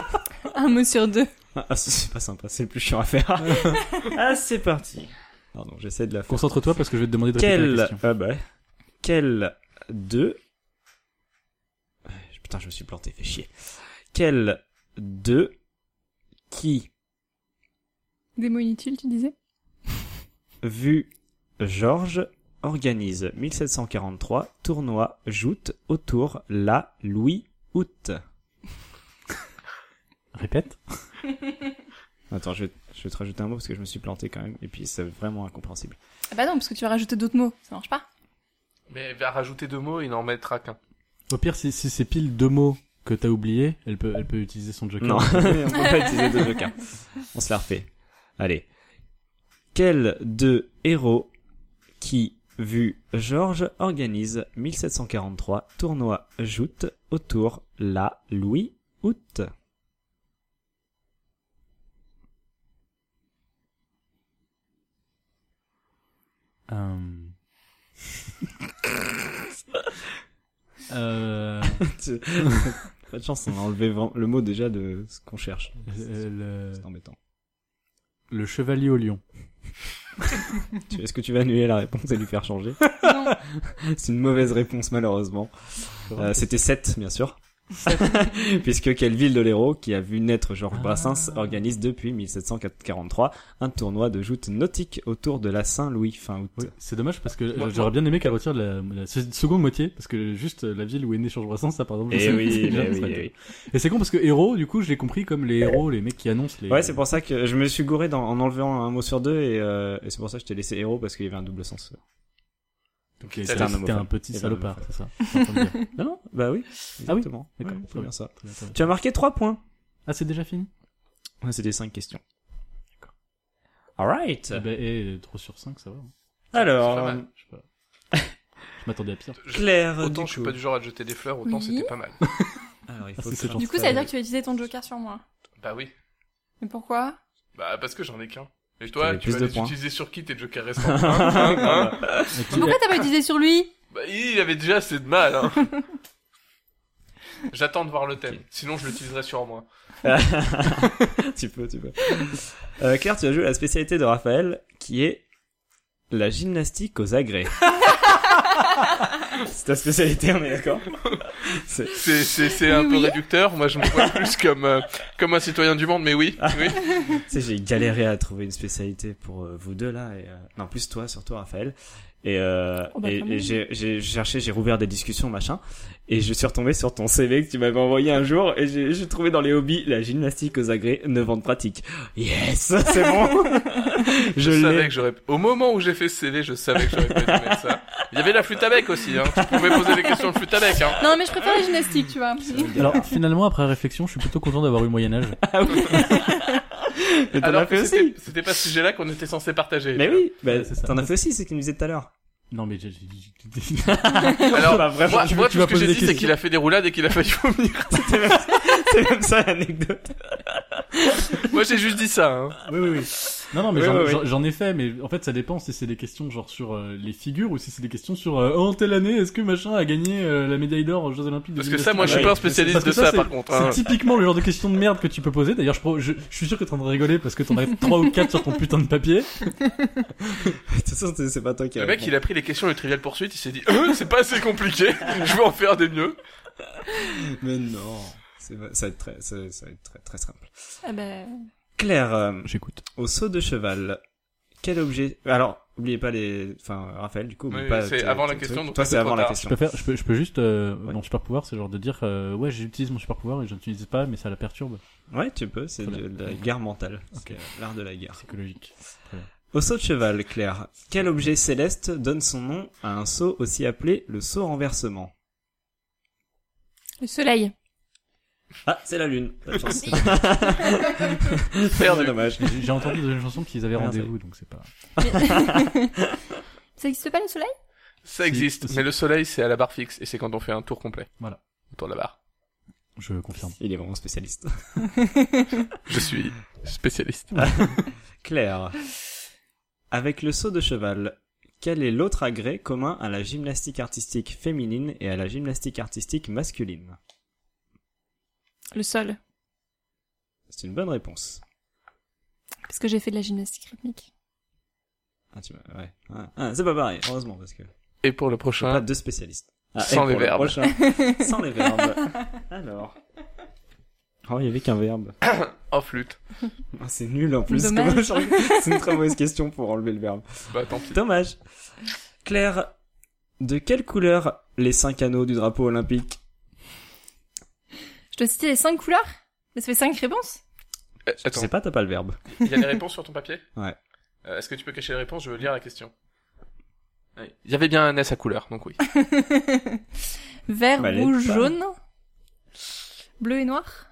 S2: Un mot sur deux.
S4: Ah, ça, c'est pas sympa, c'est le plus chiant à faire. ah, c'est parti. Pardon, j'essaie de la faire.
S1: Concentre-toi parce que je vais te demander de répéter la
S4: Quel,
S1: question.
S4: ah bah, ouais. quel deux, putain, je me suis planté, fait chier. Quel deux qui
S2: Des mots inutiles, tu disais
S4: vu Georges organise 1743 tournoi joute autour la Louis août.
S1: Répète.
S4: Attends, je vais, je vais te rajouter un mot parce que je me suis planté quand même et puis c'est vraiment incompréhensible.
S2: Ah bah non, parce que tu vas rajouter d'autres mots, ça marche pas.
S3: Mais il va rajouter deux mots, il n'en mettra qu'un.
S1: Au pire, si, si c'est pile deux mots que t'as oublié, elle peut, elle peut utiliser son joker.
S4: Non, on peut pas utiliser deux jokers. On se la refait. Allez. Quel deux héros qui, vu Georges, organise 1743 tournoi joute autour la Louis août
S1: Euh... euh...
S4: Pas de chance, on a enlevé vraiment le mot déjà de ce qu'on cherche.
S1: euh,
S4: C'est embêtant.
S1: le... le chevalier au lion.
S4: Tu- Est-ce que tu vas annuler la réponse et lui faire changer
S2: Non.
S4: C'est une mauvaise réponse malheureusement. Euh, C'était 7, bien sûr. Puisque quelle ville de l'Hérault, qui a vu naître Georges
S1: Ah.
S4: Brassens, organise depuis 1743 un tournoi de joute nautique autour de la Saint-Louis fin août.
S1: Oui, c'est dommage parce
S3: Moi,
S1: que
S3: moi-
S1: j'aurais bien aimé qu'elle retire la, la se- seconde moitié parce que juste euh, la ville où est né Georges Brassens, ça par exemple. je
S4: Eh
S1: sais,
S4: oui,
S1: c'est
S4: eh
S1: bien,
S4: oui,
S1: ça aurait
S4: eh
S1: été- Et c'est con parce que héros, du coup, je l'ai compris comme les héros, les mecs qui annoncent les.
S4: oui. Ouais, c'est pour ça que je me suis gouré dans- en enlevant un mot sur deux et, euh, et c'est pour ça que je t'ai laissé héros parce qu'il y avait un double sens.
S1: Ok,
S4: C'était
S1: c'était
S4: un
S1: euh, c'était un
S4: homophobe.
S1: petit
S4: Et ben,
S1: salopard, c'est ça. je suis en train de dire.
S4: Non, non, bah oui.
S1: Ah oui,
S4: Exactement.
S1: d'accord,
S4: Ouais,
S1: très
S4: c'est
S1: bien.
S4: bien ça.
S1: Très bien, très bien.
S4: Tu as marqué 3 points.
S1: Ah, c'est déjà fini.
S4: Ouais, C'était 5 questions. Alright.
S1: Eh ben, eh, 3 sur 5 ça va. hein.
S3: c'est pas
S4: Alors,
S3: mal.
S1: Je sais pas. Je m'attendais à pire.
S3: Je-
S4: Claire.
S3: Autant
S4: du
S3: je suis
S4: coup.
S3: pas du genre à te jeter des fleurs, autant
S2: Oui.
S3: c'était pas mal.
S4: Alors, il
S1: Ah,
S4: faut
S1: c'est
S4: que-
S1: cette
S2: Du coup, ça veut dire que tu vas utiliser ton joker sur moi.
S3: Bah oui.
S2: Mais pourquoi
S3: Bah parce que j'en ai qu'un. Et
S4: T'avais
S3: toi, tu
S4: plus
S3: vas
S4: de
S3: les
S4: points.
S3: utiliser sur qui tes jokers restants Hein, hein,
S1: Ah.
S3: hein
S1: Et qui-
S2: Pourquoi t'as pas utilisé sur lui
S3: Bah il avait déjà assez de mal. Hein. J'attends de voir le thème. Sinon, je l'utiliserai sur moi.
S4: tu peux, tu peux. Euh, Claire, tu as joué à la spécialité de Raphaël, qui est la gymnastique aux agrès. c'est ta spécialité, on est d'accord
S3: C'est c'est c'est un
S2: Oui,
S3: peu
S2: oui.
S3: réducteur. Moi, je me vois plus comme euh, comme un citoyen du monde, mais oui, oui.
S4: Tu sais, j'ai galéré à trouver une spécialité pour euh, vous deux, là. Et, euh, Non, plus toi, surtout, Raphaël. Et, euh,
S2: Oh, bah,
S4: et-
S2: quand
S4: et
S2: même.
S4: j'ai j'ai cherché, j'ai rouvert des discussions, machin. Et je suis retombé sur ton CV que tu m'avais envoyé un jour. Et j'ai j'ai trouvé dans les hobbies la gymnastique aux agrès, 9 ans de pratique. Yes, c'est bon
S3: Je,
S4: Je
S3: savais
S4: l'ai.
S3: que j'aurais. Au moment où j'ai fait ce CV, je savais que j'aurais pas dû mettre ça. Il y avait la flûte à bec aussi. Hein. Tu pouvais poser des questions de flûte à bec. Hein.
S2: Non, mais je préfère la gymnastique, tu vois.
S1: Alors finalement, après réflexion, je suis plutôt content d'avoir eu Moyen Âge.
S4: Mais t'en
S3: Alors
S4: as
S3: que
S4: fait aussi
S3: c'était- c'était pas ce sujet-là qu'on était censé partager.
S4: Mais oui, bah,
S1: Ouais, c'est ça.
S4: t'en as fait aussi, c'est ce qu'il nous disait tout à l'heure.
S1: Non mais j'ai- j'ai- j'ai-
S3: Alors,
S4: Bah, vraiment,
S3: moi,
S1: tu veux-
S3: moi,
S1: tu
S3: tout
S1: vas
S3: ce que
S1: poser des
S3: j'ai dit, c'est
S1: questions.
S3: qu'il a fait des roulades et qu'il a failli vomir.
S4: c'est même, c'est même ça l'anecdote.
S3: moi, j'ai juste dit ça. Hein.
S1: Oui, oui, oui. Non, non, mais
S4: Oui,
S1: j'en-
S4: oui, oui.
S1: j'en- j'en ai fait, mais en fait, ça dépend si c'est des questions genre sur euh, les figures ou si c'est des questions sur euh, en telle année, est-ce que machin a gagné euh, la médaille d'or aux Jeux Olympiques de
S3: Parce que ça,
S1: gymnastique
S3: moi, je suis
S4: Ah
S3: pas
S4: oui,
S3: un spécialiste
S1: Parce que
S3: de ça,
S1: c'est-
S3: par contre. hein.
S1: C'est typiquement le genre de question de merde que tu peux poser. D'ailleurs, je, pro- je, je suis sûr que t'es en train de rigoler parce que t'en as trois ou quatre sur ton putain de papier.
S4: De toute façon, c'est- c'est pas toi qui
S1: hein.
S3: Le mec, il a pris les questions de Trivial Poursuite, il s'est dit, euh, c'est pas assez compliqué, je vais en faire des mieux.
S4: Mais non, c'est pas- ça va être très, ça, ça va être très, très simple.
S2: Ah bah...
S4: Claire, euh,
S1: J'écoute.
S4: au saut de cheval, Quel objet Alors, oubliez pas les. Enfin, Raphaël, du coup. oublie
S3: Oui,
S4: pas
S3: c'est
S4: tes-
S3: avant la
S4: tes
S3: question,
S4: trucs.
S3: donc
S4: Toi,
S3: c'est
S4: c'est
S3: trop
S4: avant la
S3: tard.
S1: Je
S4: question.
S1: peux faire, je peux, je peux juste euh,
S4: Ouais.
S1: mon super pouvoir, c'est genre de dire euh, ouais j'utilise mon super pouvoir et je ne l'utilise pas, mais ça la perturbe.
S4: Ouais, tu peux. C'est
S1: Très
S4: de, de la guerre mentale.
S1: Ok.
S4: C'est, euh, L'art de la guerre.
S1: Psychologique.
S4: Au saut de cheval, Claire. Quel objet céleste donne son nom à un saut aussi appelé le saut renversement
S2: Le soleil.
S4: Ah, c'est la lune. Pas de chance.
S3: Perdu.
S4: Dommage.
S1: J'ai j'ai entendu dans une chanson qu'ils avaient
S4: Merde,
S1: rendez-vous, donc c'est pas.
S2: Ça existe pas le soleil
S3: Ça
S1: Si,
S3: existe,
S1: aussi.
S3: mais le soleil c'est à la barre fixe et c'est quand on fait un tour complet.
S1: Voilà.
S3: Autour de la barre.
S1: Je confirme.
S4: Il est vraiment spécialiste.
S3: Je suis spécialiste.
S4: Claire. Avec le saut de cheval, quel est l'autre agrès commun à la gymnastique artistique féminine et à la gymnastique artistique masculine
S2: Le sol.
S4: C'est une bonne réponse.
S2: Parce que j'ai fait de la gymnastique rythmique.
S4: Ah, tu m'as- ouais. Ah, ah, c'est pas pareil, heureusement, parce que
S3: Et pour le
S4: j'ai pas
S3: prochain,
S4: deux spécialistes. Ah, et
S3: Sans les
S4: pour le
S3: verbes.
S4: prochain, sans les verbes. Alors. Oh, il y avait qu'un verbe.
S3: en flûte.
S4: Ah, c'est nul en plus.
S2: Dommage.
S4: comme aujourd'hui. c'est une très mauvaise question pour enlever le verbe.
S3: Bah tant pis.
S4: Dommage. Claire, de quelle couleur les cinq anneaux du drapeau olympique
S2: Je dois citer les cinq couleurs Mais ça fait cinq réponses
S3: Euh,
S4: Je
S3: Attends,
S4: sais pas, t'as pas le verbe.
S3: il y a des réponses sur ton papier
S4: Ouais.
S3: Euh, Est-ce que tu peux cacher les réponses Je veux lire la question. Ouais. Il y avait bien un S à couleur, donc oui.
S2: Vert,
S4: Bah, les
S2: rouge,
S4: femmes.
S2: jaune. Bleu et noir.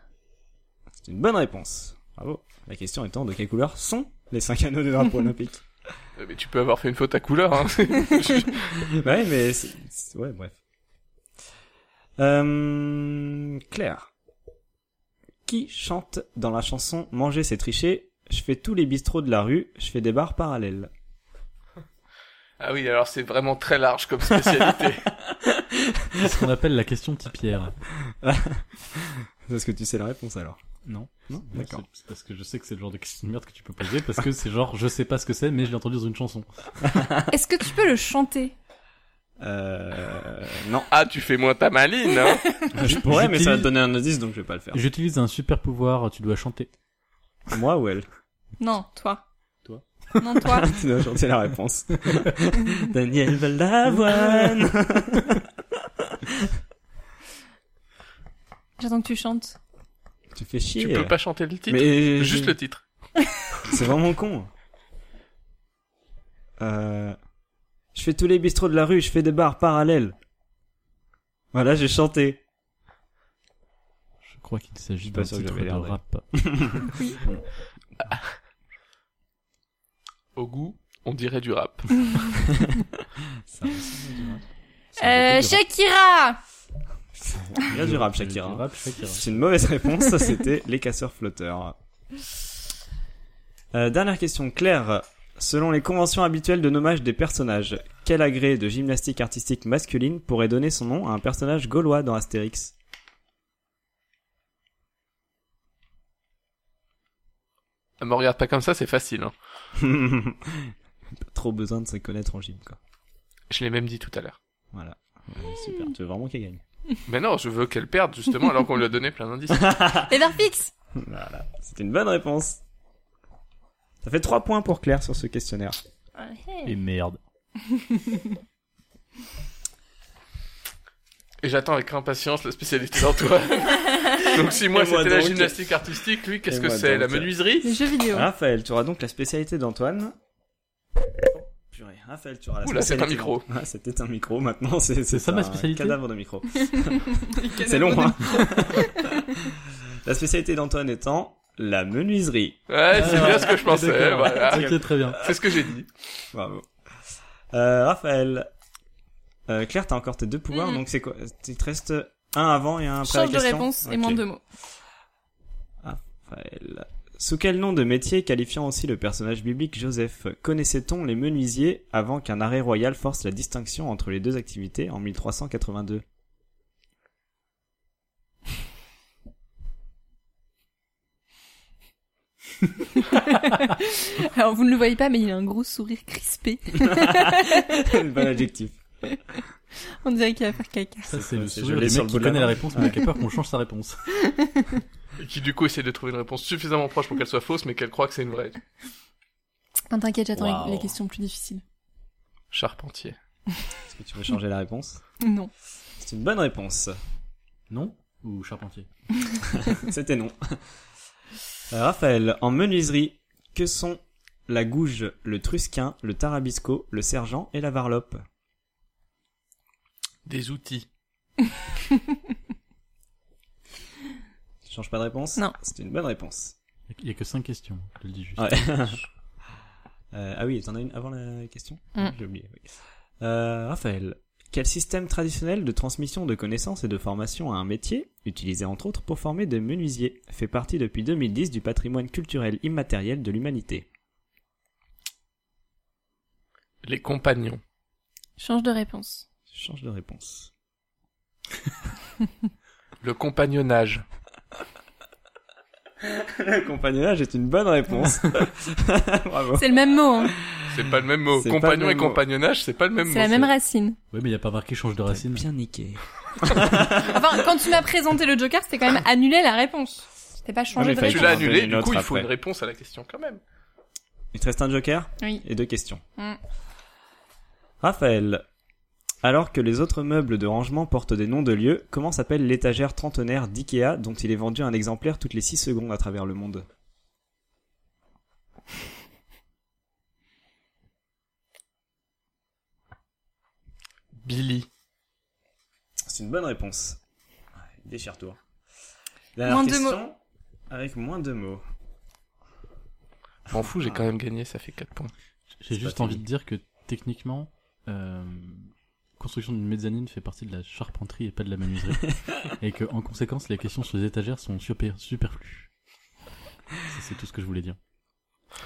S4: C'est une bonne réponse. Bravo. La question étant de quelle couleur sont les cinq anneaux du drapeau olympique
S3: Euh, Mais tu peux avoir fait une faute à couleur, hein.
S4: Ouais, mais c'est- c'est- ouais, bref. Euh, Claire, qui chante dans la chanson Manger c'est tricher Je fais tous les bistrots de la rue, je fais des bars parallèles.
S3: Ah oui, alors c'est vraiment très large comme spécialité.
S1: C'est ce qu'on appelle la question Pierre.
S4: Est-ce que tu sais la réponse alors
S1: Non.
S4: Non,
S1: Non,
S4: d'accord.
S1: c'est- c'est Parce que je sais que c'est le genre de question de merde que tu peux poser parce que c'est genre je sais pas ce que c'est mais je l'ai entendu dans une chanson.
S2: Est-ce que tu peux le chanter
S4: Euh, non.
S3: ah, tu fais moins ta maline, hein
S4: Je pourrais, mais ça va
S1: j'utilise-
S4: te donner un indice, donc je vais pas le faire.
S1: J'utilise un super pouvoir, tu dois chanter.
S4: Moi ou elle
S2: Non, toi.
S1: Toi.
S2: Non, toi.
S4: Tu dois chanter la réponse. Daniel Balavoine.
S2: J'attends que tu chantes.
S4: Tu fais chier.
S3: Tu peux pas chanter le titre
S4: Mais
S3: Juste le titre.
S4: C'est vraiment con. Euh... Je fais tous les bistrots de la rue, je fais des bars parallèles. Voilà, j'ai chanté.
S1: Je crois qu'il s'agit
S4: pas
S1: d'un
S4: sûr que
S1: titre
S4: j'avais
S1: de
S4: l'air de-
S1: rap.
S3: Au goût, on dirait du rap.
S2: Euh,
S4: C'est
S2: Shakira
S4: Il y a du rap,
S1: Du
S4: Shakira.
S1: rap, Shakira.
S4: C'est une mauvaise réponse, ça c'était les casseurs flotteurs. Euh, dernière question, Claire. Selon les conventions habituelles de nommage des personnages, quel agrès de gymnastique artistique masculine pourrait donner son nom à un personnage gaulois dans Astérix
S3: Me Ah, regarde pas comme ça, c'est facile. Hein.
S4: Pas trop besoin de se connaître en gym, quoi.
S3: Je l'ai même dit tout à l'heure.
S4: Voilà. Ouais, Super, tu veux vraiment qu'elle gagne.
S3: Mais non, je veux qu'elle perde justement alors qu'on lui a donné plein d'indices.
S4: Ah.
S2: Les verres fixes
S4: Voilà, c'est une bonne réponse. Ça fait 3 points pour Claire sur ce questionnaire.
S2: Ah,
S1: Et merde.
S3: Et j'attends avec impatience la spécialité d'Antoine. donc si moi
S4: Et moi
S3: c'était la
S4: donc.
S3: gymnastique artistique, lui qu'est-ce
S4: Et hein.
S3: que
S4: moi
S3: c'est La
S4: donc.
S3: menuiserie
S2: Les jeux vidéo.
S4: Raphaël, tu auras donc la spécialité d'Antoine. Oh, Purée, Raphaël, tu auras la
S3: Oula, c'est
S4: spécialité.
S3: un micro.
S4: d'Antoine. Ah, c'était un micro, maintenant c'est c'est
S1: ça, ma
S4: un
S1: spécialité
S4: cadavre de micro. C'est long, hein. la spécialité d'Antoine étant la menuiserie.
S3: Ouais, c'est
S4: Ah,
S3: bien ce que je pensais.
S4: d'accord.
S3: Voilà.
S1: Ok, très bien.
S3: C'est ce que j'ai dit.
S4: Bravo. Euh, Raphaël, euh, Claire, t'as encore tes deux pouvoirs,
S2: Mhm.
S4: donc c'est quoi Il te reste un avant et un après
S2: Change de
S4: la question
S2: réponse et
S4: Ok.
S2: moins deux mots.
S4: Raphaël. Sous quel nom de métier qualifiant aussi le personnage biblique Joseph connaissait-on les menuisiers avant qu'un arrêt royal force la distinction entre les deux activités en 1382
S2: Alors, vous ne le voyez pas, mais il a un gros sourire crispé.
S4: Bon adjectif.
S2: On dirait qu'il va faire caca.
S1: Ça,
S4: C'est-
S1: c'est le
S4: c'est
S1: sourire
S4: gelé
S1: du mec
S4: sur le
S1: qui
S4: bout de la
S1: connaît la
S4: main.
S1: réponse, mais qui a peur qu'on change sa réponse.
S3: Et qui du coup essaie de trouver une réponse suffisamment proche pour qu'elle soit fausse, mais qu'elle croit que c'est une vraie.
S2: Non, t'inquiète, j'attends les-
S4: Waouh.
S2: les, questions plus difficiles.
S3: Charpentier.
S4: Est-ce que tu veux changer la réponse
S2: Non.
S4: C'est une bonne réponse.
S1: Non Ou charpentier
S4: C'était non. Euh, Raphaël, en menuiserie, que sont la gouge, le trusquin, le tarabisco, le sergent et la varlope
S3: Des outils.
S4: Tu changes pas de réponse
S2: Non.
S4: C'est une bonne réponse.
S1: Il y a que 5 questions, je le dis juste.
S4: Ouais. Euh, ah oui, t'en as une avant la question
S2: Mm.
S4: J'ai oublié. oui. Euh, Raphaël, quel système traditionnel de transmission de connaissances et de formation à un métier, utilisé entre autres pour former des menuisiers, fait partie depuis 2010 du patrimoine culturel immatériel de l'humanité
S3: Les compagnons.
S2: Change de réponse.
S4: Je Change de réponse.
S3: Le compagnonnage.
S4: Le compagnonnage est une bonne réponse. Bravo.
S2: C'est le même mot, hein.
S3: C'est pas le même mot.
S4: C'est pas le
S3: Compagnon
S4: même
S3: et
S4: mot.
S3: compagnonnage, c'est pas le même
S2: C'est
S3: mot.
S2: la même racine.
S1: Ouais, mais il y a pas marqué change de
S4: T'as
S1: racine.
S4: bien niqué.
S2: Enfin, quand tu m'as présenté le Joker, c'était quand même annulé la réponse. C'était pas changé
S4: j'ai
S2: de
S4: failli
S3: Tu
S2: réponse.
S3: l'as
S4: J'en ai
S3: annulé,
S4: une
S3: du
S4: autre
S3: coup, il faut
S4: après.
S3: une réponse à la question quand même.
S4: Il te reste un joker
S2: Oui.
S4: et deux questions.
S2: Mm.
S4: Raphaël, alors que les autres meubles de rangement portent des noms de lieux, comment s'appelle l'étagère trentenaire d'IKEA dont il est vendu un exemplaire toutes les 6 secondes à travers le monde
S3: Billy.
S4: C'est une bonne réponse. Ouais, Déchire-toi. Dernière
S2: Moins de
S4: question avec moins de mots.
S3: M'en fous, j'ai quand même gagné, ça fait 4 points.
S1: J'ai
S4: C'est
S1: juste
S4: pas
S1: envie
S4: fini.
S1: de dire que techniquement, euh, construction d'une mezzanine fait partie de la charpenterie et pas de la menuiserie. et que en conséquence, les questions sur les étagères sont super, superflues. Ça, C'est tout ce que je voulais dire.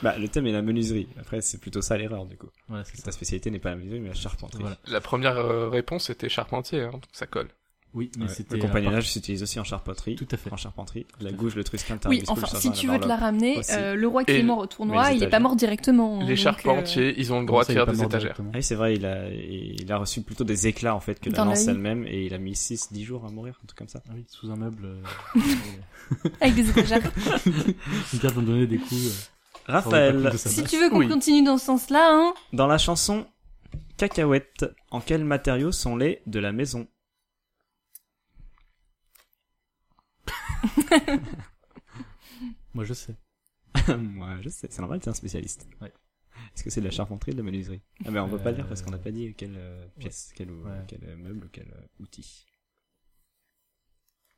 S4: Bah, le thème est la menuiserie. Après, c'est plutôt ça l'erreur du coup.
S1: Voilà, c'est ça.
S4: Ta spécialité n'est pas la menuiserie mais la charpenterie.
S1: Voilà.
S3: La première euh, réponse était charpentier, hein, donc ça colle.
S1: Oui, mais
S4: Ouais.
S1: c'était.
S4: Le
S1: à
S4: compagnonnage s'utilise aussi en charpenterie.
S1: part- Tout à fait.
S4: En charpenterie, la
S1: à fait.
S4: gouge, le trusquin, le
S2: Oui,
S4: tarabisco,
S2: enfin,
S4: le
S2: si
S4: sarrasin,
S2: tu
S4: la
S2: veux te la
S4: varlope.
S2: ramener,
S4: aussi.
S2: euh, le roi qui
S3: Et
S2: est mort au tournoi,
S4: les
S2: il est pas
S4: étagères.
S2: mort directement. hein,
S3: Les
S2: donc,
S3: charpentiers, ils ont le droit
S1: Comment ça,
S3: de
S1: il est
S3: faire
S1: pas
S3: des
S1: mort
S3: étagères.
S1: directement
S4: Ah oui, c'est vrai, il a, il a reçu plutôt des éclats en fait que la
S2: Dans
S4: lance
S2: l'œil.
S4: elle-même et il a mis 6, 10 jours à mourir, un truc comme ça.
S1: Ah oui, sous un meuble. euh,
S2: euh, Avec des étagères.
S1: Une carte pour me donner des coups. euh, sur le
S4: Raphaël,
S1: papier de sa
S2: si
S1: main.
S2: tu veux qu'on
S3: Oui.
S2: continue dans ce sens-là, hein.
S4: dans la chanson Cacahuètes, en quels matériaux sont les de la maison
S1: Moi, je sais.
S4: Moi je sais, c'est normal, t'es un spécialiste.
S1: Ouais.
S4: Est-ce que c'est de la charpenterie ou de la menuiserie Ah ben on peut pas
S1: Euh,
S4: lire parce qu'on n'a pas dit quelle euh, pièce, quel, euh,
S1: Ouais.
S4: quel euh, meuble, quel euh, outil.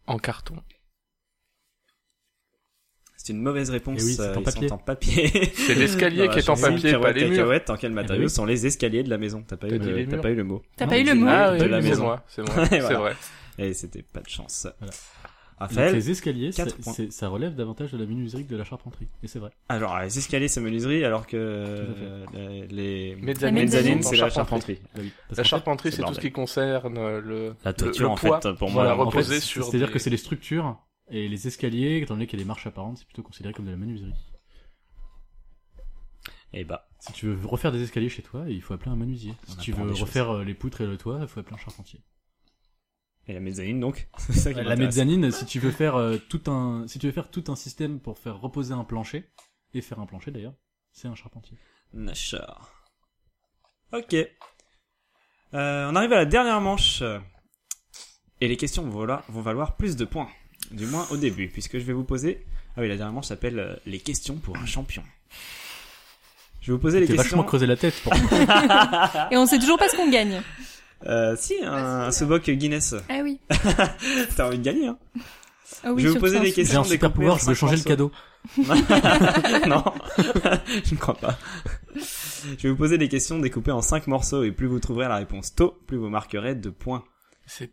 S3: En carton.
S4: C'est une mauvaise réponse,
S1: Eh oui, c'est
S4: euh,
S1: en
S4: ils
S1: papier.
S4: sont en papier.
S3: C'est l'escalier
S4: Dans la
S3: qui est en
S4: chanson
S3: papier, pas
S4: Cacahuètes,
S3: les murs.
S4: Cacahuètes, en quels
S2: Eh
S4: matériaux
S1: oui.
S4: sont les escaliers de la maison T'as pas, eu
S3: T'as dit
S4: le-
S3: les
S4: t'as
S3: murs.
S4: pas eu le mot.
S2: T'as
S1: Non,
S2: pas eu
S1: mais
S2: le
S1: c'est-
S2: mot.
S1: Ah oui,
S4: de la
S1: oui,
S3: c'est
S4: maison.
S3: moi, c'est moi, c'est
S4: Voilà.
S3: vrai.
S4: Et c'était pas de chance.
S1: Voilà. Donc,
S4: Raphaël,
S1: les escaliers,
S4: quatre
S1: c'est-
S4: points.
S1: c'est- ça relève davantage de la menuiserie que de la charpenterie. Et c'est vrai.
S4: Alors, les escaliers, c'est menuiserie, alors que
S1: Tout à fait.
S4: euh, les- les
S3: Mezzanine,
S4: mezzanines,
S3: sont
S4: c'est
S3: en
S4: la charpenterie.
S1: Bah oui, parce
S3: La
S1: qu'en fait,
S4: c'est
S3: charpenterie, c'est tout
S4: bordel.
S3: ce qui concerne euh, le,
S4: La
S3: le,
S4: toiture,
S3: le
S4: en
S3: poids.
S4: fait, pour
S3: Voilà,
S4: moi. en
S3: reposer
S4: fait,
S1: c'est-
S3: sur.
S1: C'est-à-dire
S3: des-
S1: que c'est les structures et les escaliers, étant donné qu'il y a des marches apparentes, c'est plutôt considéré comme de la menuiserie.
S4: Et bah,
S1: Si tu veux refaire des escaliers chez toi, il faut appeler un menuisier.
S4: On
S1: Si tu
S4: apprend
S1: veux
S4: des
S1: refaire euh, les poutres et le toit, il faut appeler un charpentier.
S4: et la mezzanine, donc. C'est ça qui
S1: la
S4: m'intéresse.
S1: mezzanine, si tu veux faire euh, tout un, si tu veux faire tout un système pour faire reposer un plancher et faire un plancher d'ailleurs, c'est un charpentier.
S4: Nashar. Ok. Euh, on arrive à la dernière manche. Et les questions vont valoir, vont valoir plus de points. Du moins au début, puisque je vais vous poser... Ah oui, la dernière manche s'appelle euh, Les questions pour un champion. Je vais vous poser les
S1: T'es
S4: questions...
S1: vachement creusé la tête pour.
S2: Et on sait toujours pas ce qu'on gagne.
S4: Euh, si, un, un Sobok Guinness.
S2: Ah oui.
S4: T'as envie de gagner, hein
S2: Ah oui
S4: Je vais vous
S2: surtout
S4: poser
S2: un
S4: des
S2: sou-
S1: J'ai un
S4: Question
S1: super
S4: découpée en
S1: pouvoir, je veux
S4: cinq
S1: changer le
S4: morceaux.
S1: cadeau.
S4: non, je ne crois pas. Je vais vous poser des questions découpées en 5 morceaux et plus vous trouverez la réponse tôt, plus vous marquerez de points.
S3: c'est-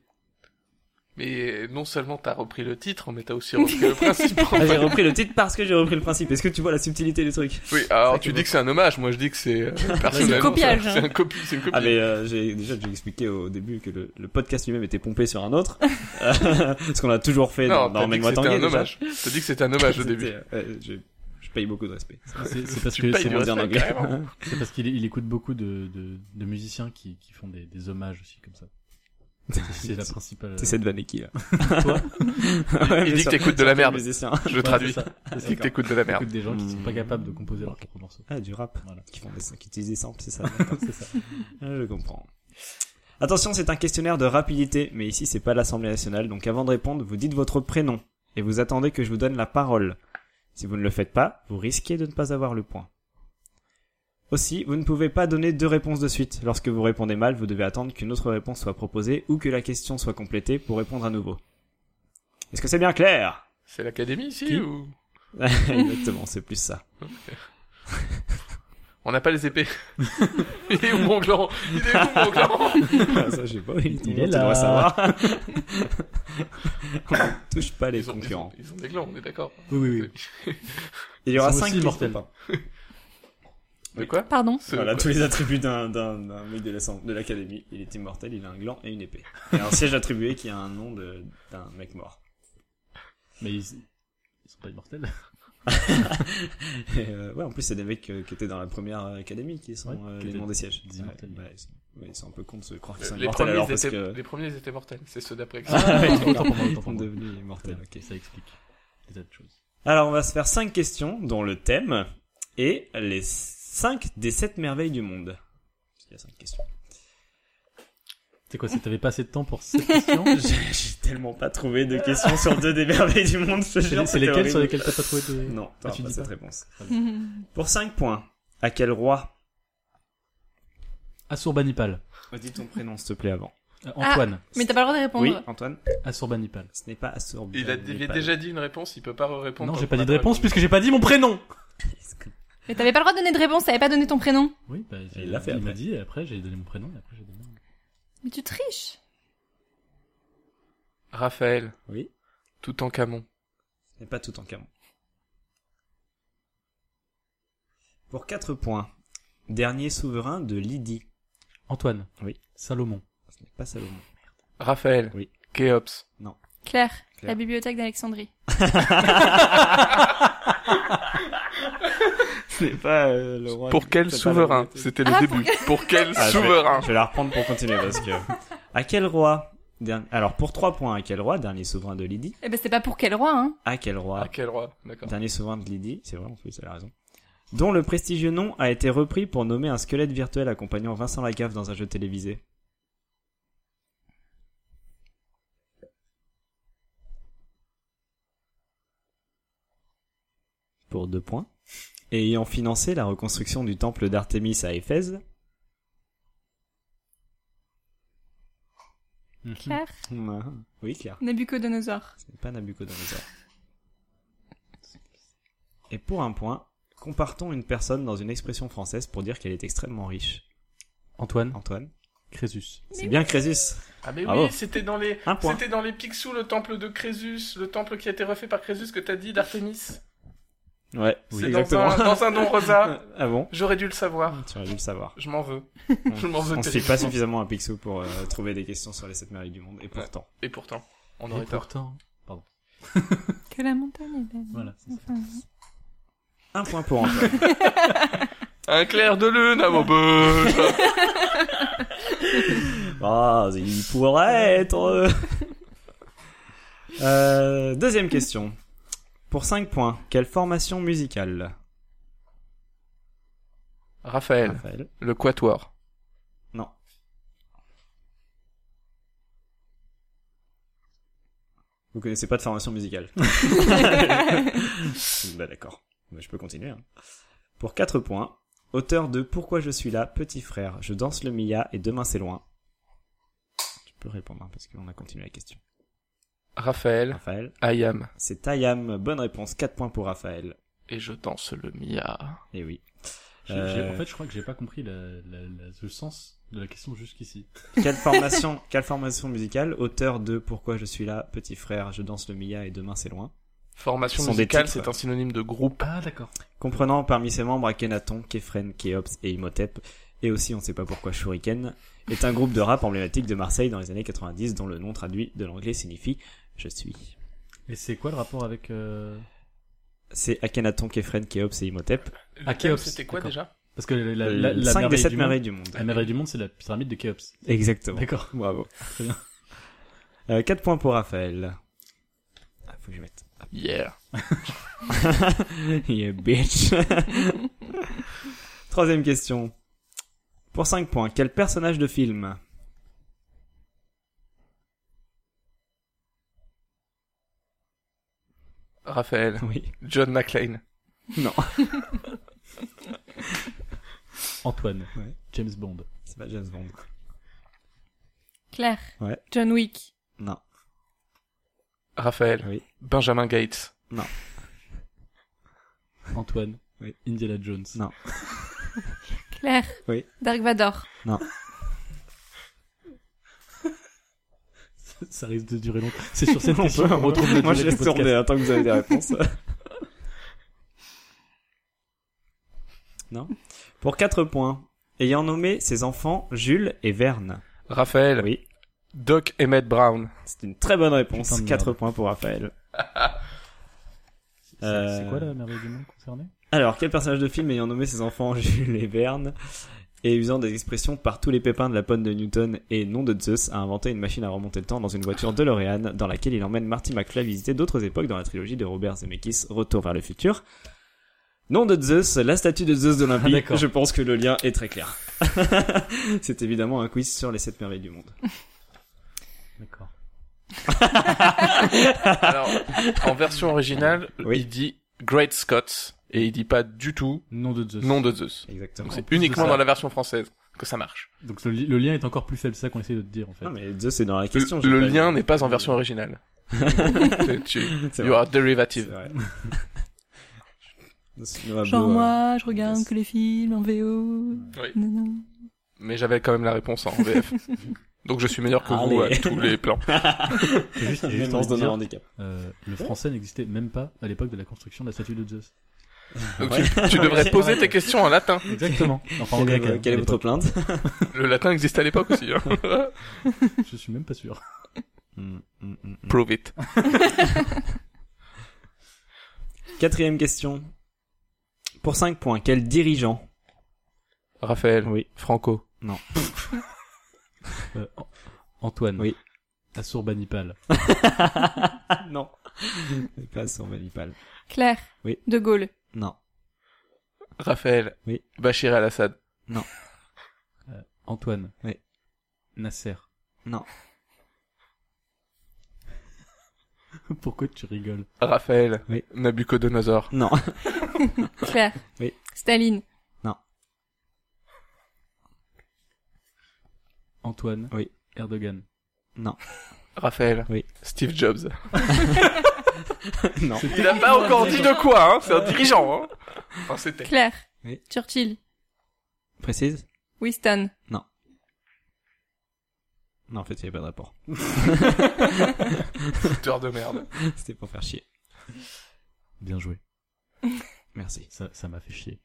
S3: Mais non seulement t'as repris le titre, mais t'as aussi repris le principe. en
S4: Ah, j'ai
S3: fait.
S4: repris le titre parce que j'ai repris le principe. Est-ce que tu vois la subtilité du truc
S3: Oui, alors
S4: Ça,
S3: tu
S4: que
S3: dis que c'est un hommage, moi je dis que c'est euh, personnellement,
S2: copiage,
S3: C'est
S2: hein.
S3: un copie, c'est une copie.
S4: Ah mais euh, j'ai déjà j'ai expliqué au début que le, le podcast lui-même était pompé sur un autre, ce qu'on a toujours fait
S3: non,
S4: dans, dans
S3: t'as dit que
S4: Mène-moi
S3: c'était
S4: Tanguay,
S3: un
S4: déjà.
S3: hommage. T'as dit que c'était un hommage au
S4: C'était,
S3: début.
S4: euh, je, je paye beaucoup de respect.
S1: C'est c'est parce
S3: Tu
S1: que
S3: payes
S1: c'est
S3: du
S1: mon-
S4: On dit en
S3: respect,
S4: anglais.
S3: carrément.
S1: c'est parce qu'il il écoute beaucoup de, de, de musiciens qui, qui font des, des hommages aussi comme ça. C'est la principale. euh,
S4: C'est cette vanne et qui là
S1: Toi
S4: Ouais,
S3: il
S4: mais
S3: dit que
S4: sur-
S3: t'écoutes de
S4: sur
S3: la
S4: tous
S3: merde.
S4: les musiciens.
S3: Je
S1: Ouais,
S3: traduis.
S1: c'est ça.
S3: Il dit que t'écoutes de la merde.
S1: Écoute des gens qui sont pas
S4: Hmm.
S1: capables de composer leurs propres morceaux.
S4: Ah, du rap.
S1: Voilà.
S4: Qui font des qui utilisent des samples, c'est ça. d'accord.
S1: C'est ça.
S4: Ah, je comprends. Attention, c'est un questionnaire de rapidité, mais ici c'est pas l'Assemblée nationale, donc avant de répondre, vous dites votre prénom et vous attendez que je vous donne la parole. Si vous ne le faites pas, vous risquez de ne pas avoir le point. Aussi, vous ne pouvez pas donner deux réponses de suite. Lorsque vous répondez mal, vous devez attendre qu'une autre réponse soit proposée ou que la question soit complétée pour répondre à nouveau. Est-ce que c'est bien clair
S3: C'est l'académie ici
S4: Qui
S3: ou
S4: Exactement, c'est plus ça.
S3: on n'a pas les épées Il est où mon gland Il est où mon gland
S4: Ah, ça, je sais pas, il,
S1: Il est
S4: tu devrais
S1: là.
S4: savoir. On ne touche pas les
S3: ils ont, ils,
S4: concurrents.
S3: ont, ils ont des glands, on est d'accord.
S1: Oui, oui, oui.
S4: Il y aura
S1: Ils sont
S4: cinq
S1: aussi immortels.
S4: questions.
S3: De quoi
S2: Pardon.
S3: Ce-
S4: Voilà tous les attributs d'un d'un- d'un mec de l'assemblée- de l'académie. Il est immortel, il a un gland et une épée. Et un siège attribué qui a un nom de- d'un mec mort.
S1: Mais ils, ils sont pas immortels.
S4: Et, euh, ouais, en plus c'est des mecs euh, qui étaient dans la première académie qui sont
S1: Ouais,
S4: euh,
S1: qui
S4: les
S1: étaient
S4: noms des sièges.
S1: des immortels.
S4: Ouais, ouais, ils, sont, ouais, ils sont un peu cons de se croire qu'ils sont
S3: Les
S4: immortels
S3: premiers,
S4: alors parce
S3: étaient,
S4: que
S3: les premiers étaient mortels, c'est ceux d'après. qui-
S4: Ah, ouais,
S1: autant pour moi,
S4: ils
S1: autant
S4: sont
S1: pour moi.
S4: devenus immortels. ok.
S1: Ça explique des tas de choses.
S4: Alors on va se faire cinq questions dont le thème est les cinq des sept merveilles du monde. Parce qu'il y a cinq questions.
S1: C'est quoi, si t'avais pas assez de temps pour cette question
S4: J'ai j'ai tellement pas trouvé de questions sur deux des merveilles du monde. je te
S1: C'est
S4: jure,
S1: c'est
S4: c'était
S1: lesquels sur
S4: horrible.
S1: lesquels t'as pas trouvé de...
S4: Non,
S1: Ah,
S4: t'auras
S1: tu
S4: pas
S1: dis
S4: cette
S1: pas.
S4: réponse.
S2: Mhm.
S4: Pour 5 points, à quel roi
S1: Assurbanipal.
S4: Dis ton prénom, s'il te plaît, avant.
S1: Euh, Antoine.
S2: Mais t'as pas le droit de répondre.
S4: Oui, Antoine
S1: Assurbanipal.
S4: Ce n'est pas Assourbi.
S3: Il a il a déjà dit une réponse, il peut pas répondre.
S1: Non, j'ai pas dit de réponse puisque j'ai pas dit mon prénom.
S2: Mais t'avais pas le droit de donner de réponse, t'avais pas donné ton prénom.
S1: Oui, bah, j'ai-
S4: l'a fait
S1: il m'a
S4: après.
S1: dit et après j'ai donné mon prénom et après j'ai donné.
S2: Mais tu triches.
S3: Raphaël,
S4: Oui.
S3: tout en camon.
S4: Ce n'est pas tout en camon. Pour 4 points, dernier souverain de Lydie.
S1: Antoine.
S4: Oui.
S1: Salomon.
S4: Ce n'est pas Salomon.
S3: Raphaël,
S4: Oui.
S3: Kéops.
S2: Claire,
S4: Claire.
S2: la bibliothèque d'Alexandrie.
S4: Ce n'est pas euh, le roi.
S3: Pour quel
S4: c'est pas
S3: souverain
S4: la-
S3: C'était le
S2: Ah,
S3: début. Pour quel
S4: Ah, je vais-
S3: souverain
S4: Je vais la reprendre pour continuer parce que. À quel roi derni- Alors, pour 3 points, à quel roi Dernier souverain de Lydie.
S2: Eh ben c'est pas pour quel roi, hein.
S4: À quel roi
S3: Ah, quel roi D'accord.
S4: Dernier souverain de Lydie, c'est vrai, en plus, elle a raison. Dont le prestigieux nom a été repris pour nommer un squelette virtuel accompagnant Vincent Lagaffe dans un jeu télévisé. Pour deux points. Et ayant financé la reconstruction du temple d'Artémis à Éphèse.
S1: Mhm.
S2: Claire,
S4: Oui, Claire.
S2: Nabucodonosor.
S4: Ce n'est pas Nabucodonosor. Et pour un point, compartons une personne dans une expression française pour dire qu'elle est extrêmement riche.
S1: Antoine.
S4: Antoine
S1: Crésus.
S4: C'est bien Crésus
S3: Ah mais
S4: Ah
S3: oui,
S4: bon.
S3: c'était dans les
S4: Un point.
S3: c'était dans les Picsou le temple de Crésus, le temple qui a été refait par Crésus que t'as dit d'Artémis.
S4: Ouais,
S3: C'est Dans un, dans un don rosa.
S4: ah bon
S3: J'aurais dû le savoir.
S4: Tu aurais dû le savoir.
S3: Je m'en veux.
S4: On,
S3: Je m'en veux
S4: on se fait pas
S3: terriblement.
S4: suffisamment à Picsou pour euh, trouver des questions sur les sept merveilles du monde, et pourtant.
S3: Et pourtant, on
S1: Et
S3: aurait tort.
S1: pourtant.
S2: Que la montagne est belle.
S1: Voilà. c'est ça.
S4: Euh.
S2: Enfin,
S4: Un point pour Antoine.
S3: Un clair de lune à mon beau.
S4: Ah, il pourrait être. Euh, deuxième question. Pour 5 points, quelle formation musicale
S3: Raphaël,
S4: Raphaël.
S3: le quatuor.
S4: Non. Vous connaissez pas de formation musicale. bah d'accord. Bah, je peux continuer. hein. Pour 4 points, auteur de Pourquoi je suis là, petit frère, je danse le Mia et demain c'est loin. Tu peux répondre hein, parce qu'on a continué la question.
S3: Raphaël,
S4: Raphaël,
S3: I am
S4: c'est Ayam. Bonne réponse, 4 points pour Raphaël.
S3: et je danse le Mia.
S4: Et oui.
S1: J'ai- j'ai-
S4: Euh.
S1: En fait, je crois que j'ai pas compris la- la- la- le sens de la question jusqu'ici.
S4: Quelle formation, quelle formation musicale Auteur de Pourquoi je suis là, petit frère, je danse le Mia et demain c'est loin.
S3: Formation
S4: Ce sont des
S3: musicale,
S4: titres.
S3: c'est un synonyme de groupe.
S1: Ah, d'accord.
S4: comprenant parmi ses membres Akhenaton, Képhren, Kéops et Imhotep, et aussi on ne sait pas pourquoi Shuriken, est un groupe de rap emblématique de Marseille dans les années 90 dont le nom traduit de l'anglais signifie je suis.
S1: Et c'est quoi le rapport avec euh,
S4: C'est Akhenaton, Képhren, Kéops et Imhotep,
S3: Le
S1: Ah,
S3: thème,
S1: Kéops,
S3: C'était quoi
S1: d'accord.
S3: déjà
S1: Parce que la, la, la, la
S4: 5 Euh, des
S1: merveille
S4: 7
S1: du monde,
S4: merveilles du monde.
S1: la merveille du monde, c'est la pyramide de Khéops.
S4: Exactement.
S1: D'accord.
S4: Bravo.
S1: Très bien.
S4: Euh, 4 points pour Raphaël. Ah, faut que je mette.
S3: Yeah.
S4: yeah, bitch. Troisième question. Pour 5 points, quel personnage de film
S3: Raphaël.
S4: Oui.
S3: John McClane.
S4: Non,
S1: Antoine.
S4: Ouais.
S1: James Bond.
S4: c'est pas James Bond.
S2: Claire.
S4: Ouais.
S2: John Wick.
S4: Non,
S3: Raphaël.
S4: Ah oui.
S3: Benjamin Gates.
S1: Antoine.
S4: Oui.
S1: Indiana Jones.
S4: Non.
S2: Claire.
S4: Oui.
S2: Dark Vador.
S1: Ça risque de durer longtemps. C'est sur cette
S4: On
S1: question
S4: peut,
S1: qu'on
S4: hein.
S1: retrouve le
S4: Moi, je
S1: durée du
S4: reste
S1: podcast.
S4: tourné, hein, tant que vous avez des réponses. non Pour 4 points, ayant nommé ses enfants Jules et Verne.
S3: Raphaël.
S4: Oui,
S3: Doc Emmett Brown.
S4: c'est une très bonne réponse.
S1: Putain de
S4: 4
S1: merde.
S4: points pour Raphaël.
S1: C'est- c'est- C'est
S4: Euh,
S1: quoi la merveille du monde concernée
S4: Alors, quel personnage de film ayant nommé ses enfants Jules et Verne et usant des expressions par tous les pépins de la pomme de Newton et non de Zeus a inventé une machine à remonter le temps dans une voiture DeLorean dans laquelle il emmène Marty McFly visiter d'autres époques dans la trilogie de Robert Zemeckis Retour vers le futur. Nom de Zeus, la statue de Zeus
S1: Ah,
S4: d'Olympie.
S1: d'accord.
S4: je pense que le lien est très clair. C'est évidemment un quiz sur les sept merveilles du monde.
S1: D'accord.
S3: Alors, en version originale,
S4: Oui.
S3: il dit Great Scott et il dit pas du tout
S1: Nom de Zeus.
S3: nom de Zeus.
S4: Exactement.
S3: Donc
S1: En
S3: c'est
S1: plus de
S3: uniquement
S1: ça.
S3: dans la version française que ça marche.
S1: Donc le, li- le lien est encore plus faible, c'est ça qu'on essaie de te dire en fait.
S4: Non mais Zeus est dans la question.
S3: Le-
S4: j'ai
S3: le
S4: pas-
S3: lien n'est pas en version originale. Tu- tu-
S4: C'est
S3: you
S4: vrai,
S3: are
S4: c'est
S3: derivative.
S4: vrai.
S2: Genre
S4: Beau, euh,
S2: moi, je regarde
S4: yes.
S2: que les films en VO.
S3: Oui.
S2: Non, non.
S3: Mais j'avais quand même la réponse en VF. Donc je suis meilleur que vous à
S4: Allez.
S3: tous les plans.
S4: hein.
S1: C'est juste, j'ai juste
S4: Même en
S1: envie
S4: se
S1: de
S4: donnant un
S1: dire,
S4: handicap.
S1: euh, le français n'existait même pas à l'époque de la construction de la statue de Zeus.
S3: Donc
S4: Ouais.
S3: tu, tu devrais poser tes questions en latin.
S1: Exactement. Enfin, en
S4: Quelle est,
S1: grec, hein,
S4: quelle est
S1: à
S4: votre plainte
S3: Le latin existait à l'époque aussi. hein.
S1: l'époque. Je suis même pas sûr.
S3: Prove it.
S4: Quatrième question. Pour 5 points, quel dirigeant
S3: Raphaël.
S4: Oui.
S3: Franco.
S1: Euh, An- Antoine.
S4: Oui.
S1: Assurbanipal.
S4: Non. Pas sur Valipal.
S2: Claire.
S4: Oui.
S2: De Gaulle.
S4: Non.
S3: Raphaël.
S4: Oui.
S3: Bachir al-Assad.
S1: Antoine.
S4: Oui.
S1: Nasser.
S4: Non.
S1: Pourquoi tu rigoles
S3: Raphaël.
S4: Oui.
S3: Nabucodonosor.
S4: Non.
S2: Claire.
S4: Oui.
S2: Staline.
S1: Antoine.
S4: Oui.
S1: Erdogan.
S3: Raphaël.
S4: Oui.
S3: Steve Jobs.
S4: non.
S3: Il a pas encore dit de quoi, hein. C'est un dirigeant, hein. Enfin, c'était.
S2: Claire.
S4: Oui.
S2: Churchill.
S4: Précise
S2: Winston.
S4: Non, en fait, il n'y avait pas de rapport.
S3: Fouteur de merde.
S4: C'était pour faire chier.
S1: Bien joué.
S4: Merci.
S1: Ça, ça m'a fait chier.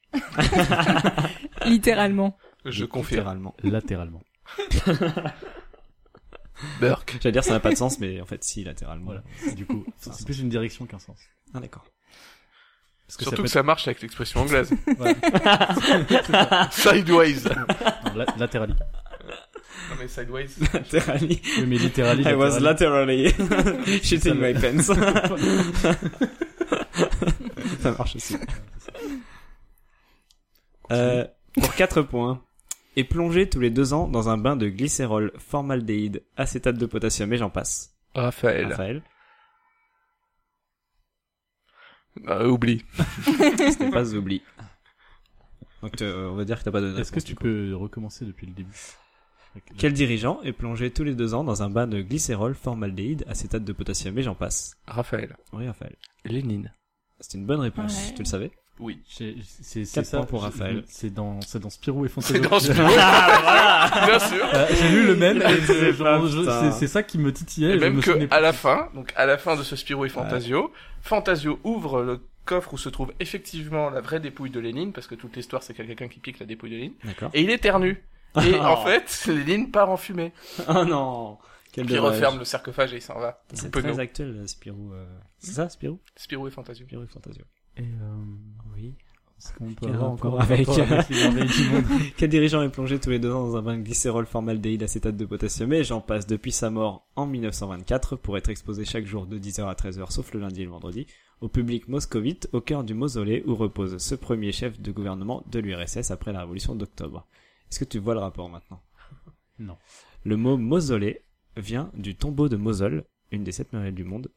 S2: Littéralement.
S3: Je confirme.
S4: Littéralement.
S1: Latéralement.
S3: Burke.
S4: J'allais dire ça n'a pas de sens, mais en fait, si, latéralement.
S1: Voilà. Du coup, c'est c'est plus une direction qu'un sens.
S4: Ah, d'accord.
S1: Parce
S3: Surtout que ça marche avec l'expression anglaise.
S1: peut être- voilà.
S3: Sideways.
S1: Non, la- latérali.
S3: Non mais sideways.
S4: Laterally.
S1: Oui, mais littérali.
S4: I was
S1: latérali.
S4: laterally shitting my pants.
S1: Ouais,
S4: ça marche aussi.
S1: c'est ça.
S4: Euh, pour 4 points. Et plonger tous les deux ans dans un bain de glycérol, formaldéhyde, acétate de potassium et j'en passe.
S3: Raphaël.
S4: Raphaël,
S3: Euh, oublie.
S4: ce n'est pas oubli. Donc euh, on va dire que t'as pas donné.
S1: Est-ce que tu peux recommencer depuis le début Avec la-
S4: Quel dirigeant est plongé tous les deux ans dans un bain de glycérol, formaldéhyde, acétate de potassium et j'en passe
S3: Raphaël.
S4: Oui Raphaël,
S3: Lénine.
S4: c'est une bonne réponse.
S2: Ouais.
S4: Tu le savais
S3: Oui.
S1: J'ai- C'est c'est
S4: Quatre
S1: ça
S4: points pour Raphaël.
S1: C'est dans, c'est dans Spirou et
S3: C'est
S1: Fantasio.
S3: dans ce Bien sûr.
S1: Euh, J'ai lu le même. et
S4: Je sais
S1: je-
S4: pas,
S1: je-
S4: putain.
S1: c'est- C'est ça qui me titillait.
S3: Et
S1: je
S3: même
S1: me souvenais
S3: que
S1: pas.
S3: à la fin, donc à la fin de ce Spirou et Fantasio, Fantasio ouvre le coffre où se trouve effectivement la vraie dépouille de Lénine, parce que toute l'histoire c'est qu'il y a quelqu'un qui pique la dépouille de Lénine,
S4: D'accord.
S3: et il éternue. Et en
S1: Oh.
S3: fait, Lénine part en fumée.
S4: Oh non.
S1: Eh
S4: Quel
S1: ben,
S3: Puis
S4: dommage.
S3: referme le sarcophage et il s'en va. Tout
S4: C'est
S3: penaud.
S4: très actuel Spirou. euh, C'est ça Spirou
S3: Spirou et Fantasio.
S4: Spirou et Fantasio.
S1: Et, euh,
S4: Oui.
S1: Est-ce qu'on peut
S4: Quel
S1: avoir
S4: rapport
S1: encore un
S4: avec-
S1: rapport les merveilles du monde
S4: Quel dirigeant est plongé tous les deux ans dans un bain de glycérol formaldéhyde acétate de potassium et j'en passe depuis sa mort en 1924 pour être exposé chaque jour de 10h à 13h sauf le lundi et le vendredi au public moscovite au cœur du mausolée où repose ce premier chef de gouvernement de l'URSS après la révolution d'octobre. Est-ce que tu vois le rapport maintenant
S1: Non.
S4: Le mot mausolée vient du tombeau de Mosol, une des sept merveilles du monde.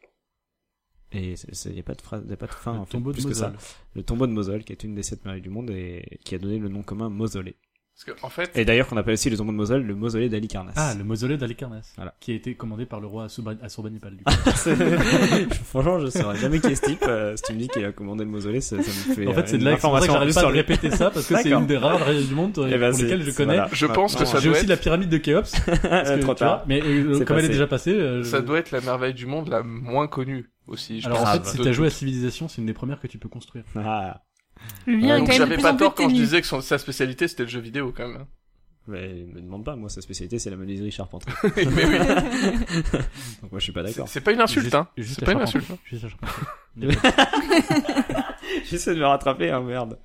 S4: Et il n'y a pas de phrase, y a pas de fin en
S1: Le
S4: fait,
S1: tombeau de
S4: plus que ça.
S1: Moselle.
S4: Le tombeau de Mosol, qui est une des sept merveilles du monde et qui a donné le nom commun mausolée.
S3: Parce que, en fait,
S4: Et d'ailleurs, qu'on appelle aussi le tombeau de Moselle le mausolée d'Ali Carnas.
S1: Ah, le mausolée d'Alicarnas,
S4: Voilà.
S1: qui a été commandé par le roi Assurba- Assurbanipal. Du coup.
S4: Je- Franchement, je saurais jamais qui est ce type. euh, si tu me dis qu'il a commandé le mausolée, ça, ça me fait.
S1: en
S4: euh,
S1: fait, c'est de
S4: une
S1: là que c'est pour ça que
S4: information
S1: j'arrive pas à
S4: sur lui.
S1: répéter ça parce que c'est
S4: D'accord.
S1: une des rares merveilles du monde euh,
S4: Eh ben,
S1: pour
S4: c'est-
S1: lesquelles je
S4: c'est-
S1: connais.
S4: voilà.
S3: je pense que
S4: Non,
S3: ça
S1: J'ai
S3: doit
S1: aussi
S3: être,
S1: la pyramide de Khéops. parce que,
S4: Trop
S1: tu vois,
S4: tard.
S1: mais euh,
S4: C'est
S1: comme elle
S4: passé.
S1: est déjà passée, euh,
S3: ça
S1: je-
S3: doit être la merveille du monde la moins connue aussi. Je
S1: alors en
S3: pense.
S1: fait, si
S3: De-
S1: t'as joué à Civilisation, c'est une des premières que tu peux construire.
S4: Ah,
S2: Le lien est quand
S3: Donc
S2: même de
S3: j'avais
S2: plus
S3: pas
S2: en plus
S3: tort quand je
S2: ténu.
S3: disais que son- sa spécialité c'était le jeu vidéo quand même.
S4: mais me demande pas, moi, sa spécialité, c'est la menuiserie charpenterie.
S3: Mais oui,
S4: Donc, moi, je suis pas
S3: c'est-
S4: d'accord.
S3: c'est pas une insulte,
S1: Juste-
S3: hein.
S1: juste
S3: C'est
S1: la
S3: pas une
S1: charpenterie.
S3: insulte.
S1: Juste la charpenterie.
S4: J'essaie de me rattraper, hein, merde.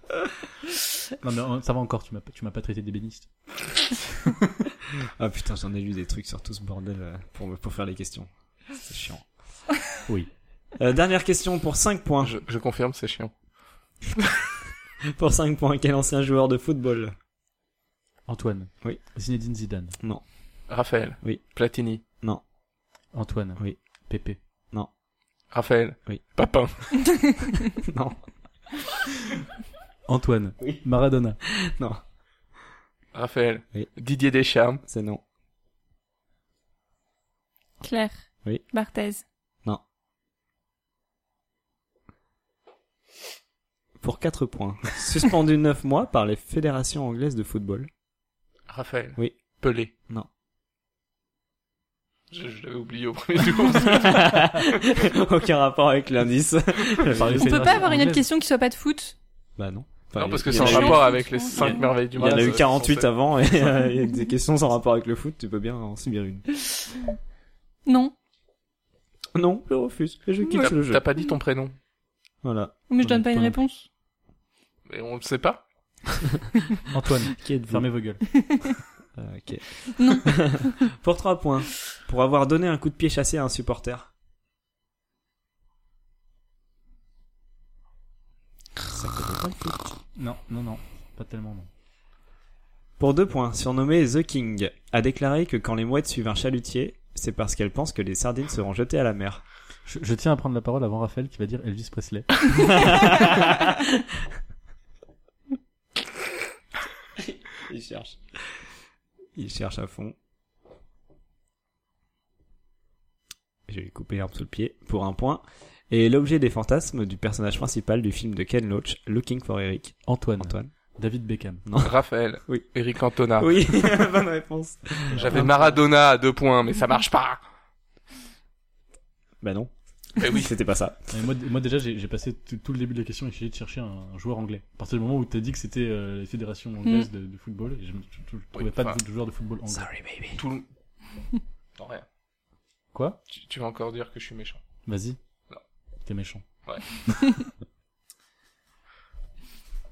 S1: Non mais euh, ça va encore, tu m'as pas- tu m'as pas traité d'ébéniste.
S4: Ah putain, j'en ai lu des trucs sur tout ce bordel euh, pour, me- pour faire les questions. C'est chiant.
S1: Oui.
S4: Euh, dernière question pour 5 points.
S3: Je, je confirme, c'est chiant.
S4: Pour 5 points, quel ancien joueur de football
S1: Antoine.
S4: Oui.
S1: Zinedine Zidane.
S3: Raphaël.
S4: Oui.
S3: Platini.
S1: Antoine.
S4: Oui.
S1: Pépé.
S3: Raphaël.
S4: Oui.
S3: Papin.
S4: Non.
S1: Antoine.
S4: Oui.
S1: Maradona.
S3: Raphaël.
S4: Oui.
S3: Didier Deschamps.
S4: C'est non.
S2: Claire.
S4: Oui.
S2: Barthez.
S4: pour 4 points. Suspendu 9 mois par les fédérations anglaises de football.
S3: Raphaël.
S4: Oui.
S3: Pelé.
S4: Non.
S3: Je, je l'avais oublié au premier tour.
S4: Aucun rapport avec l'indice.
S1: parlé
S2: On
S1: C'est
S2: peut
S1: une
S2: pas avoir une
S1: anglaise.
S2: autre question qui soit pas de foot
S4: bah non.
S3: non, parce que
S4: il y
S3: c'est
S4: en
S3: en
S4: a eu-
S2: chaud.
S3: rapport avec les
S2: Il y en a
S3: 5
S2: eu-
S3: merveilles du
S4: Il y
S3: monde.
S4: en a eu
S3: euh,
S4: 48
S3: censé-
S4: avant et euh, il y a des questions sans rapport avec le foot, tu peux bien en subir une.
S2: Non.
S4: Non, je refuse. Je quitte
S3: T'as-
S4: le jeu.
S3: T'as pas dit ton prénom.
S4: Voilà.
S2: Mais je donne pas une
S1: Antoine.
S2: réponse.
S3: Mais on le sait pas.
S1: Antoine.
S4: Qui êtes-vous
S1: Fermez vos gueules.
S4: Euh, ok.
S2: Non.
S4: pour 3 points. Pour avoir donné un coup de pied chassé à un supporter. Ça connaît pas le foot.
S1: Non, non, non. Pas tellement, non.
S4: Pour deux points, surnommé The King, a déclaré que quand les mouettes suivent un chalutier, c'est parce qu'elles pensent que les sardines seront jetées à la mer.
S1: Je, je tiens à prendre la parole avant Raphaël qui va dire Elvis Presley.
S4: Il cherche. Il cherche à fond. Je vais lui couper l'herbe sous le pied pour un point. Et l'objet des fantasmes du personnage principal du film de Ken Loach, Looking for Eric.
S1: Antoine.
S4: Antoine.
S1: David Beckham.
S3: Raphaël.
S4: Oui.
S3: Eric Cantona.
S4: Oui, bonne réponse.
S3: J'avais Maradona à deux points, mais ça marche pas.
S4: Bah non,
S3: Mais Eh oui.
S4: c'était pas ça.
S1: Et moi, moi, déjà, j'ai j'ai passé tout, tout le début de la question et j'ai essayé de chercher un, un joueur anglais. À partir du moment où t'as dit que c'était euh, les fédérations anglaises de, de football, et je ne trouvais
S3: Oui,
S1: pas
S3: enfin.
S1: de, de joueur de football anglais.
S4: Sorry baby.
S3: Tout le... Non, rien.
S1: Quoi
S3: Tu, tu vas encore dire que je suis méchant.
S1: Vas-y.
S3: Non.
S1: T'es méchant.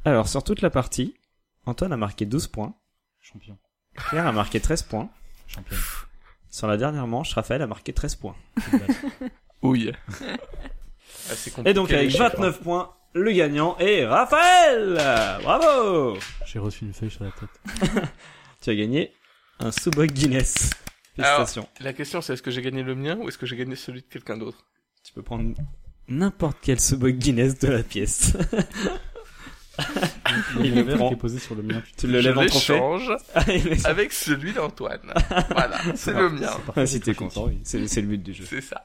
S4: Alors, sur toute la partie, Antoine a marqué 12 points,
S1: Champion.
S4: Claire a marqué 13 points,
S1: Championne.
S4: Sur la dernière manche, Raphaël a marqué 13 points.
S3: Oui. Ah, c'est compliqué.
S4: Et donc avec
S3: les chiffres,
S4: 29 points, le gagnant est Raphaël Bravo
S1: J'ai reçu une feuille sur la tête.
S4: Tu as gagné un sous-boc Guinness. Félicitations.
S3: hein. La question, c'est est-ce que j'ai gagné le mien ou est-ce que j'ai gagné celui de quelqu'un d'autre
S4: Tu peux prendre n'importe quel sous-boc Guinness de la pièce. Il
S1: le
S4: le
S1: verre
S4: prend.
S1: qui est posé sur le mien. putain.
S4: Tu le
S3: Je
S4: lèves en trophée.
S3: l'échange avec celui d'Antoine. voilà, c'est le mien.
S4: Ah, si t'es content, oui. c'est c'est le but du jeu.
S3: C'est ça.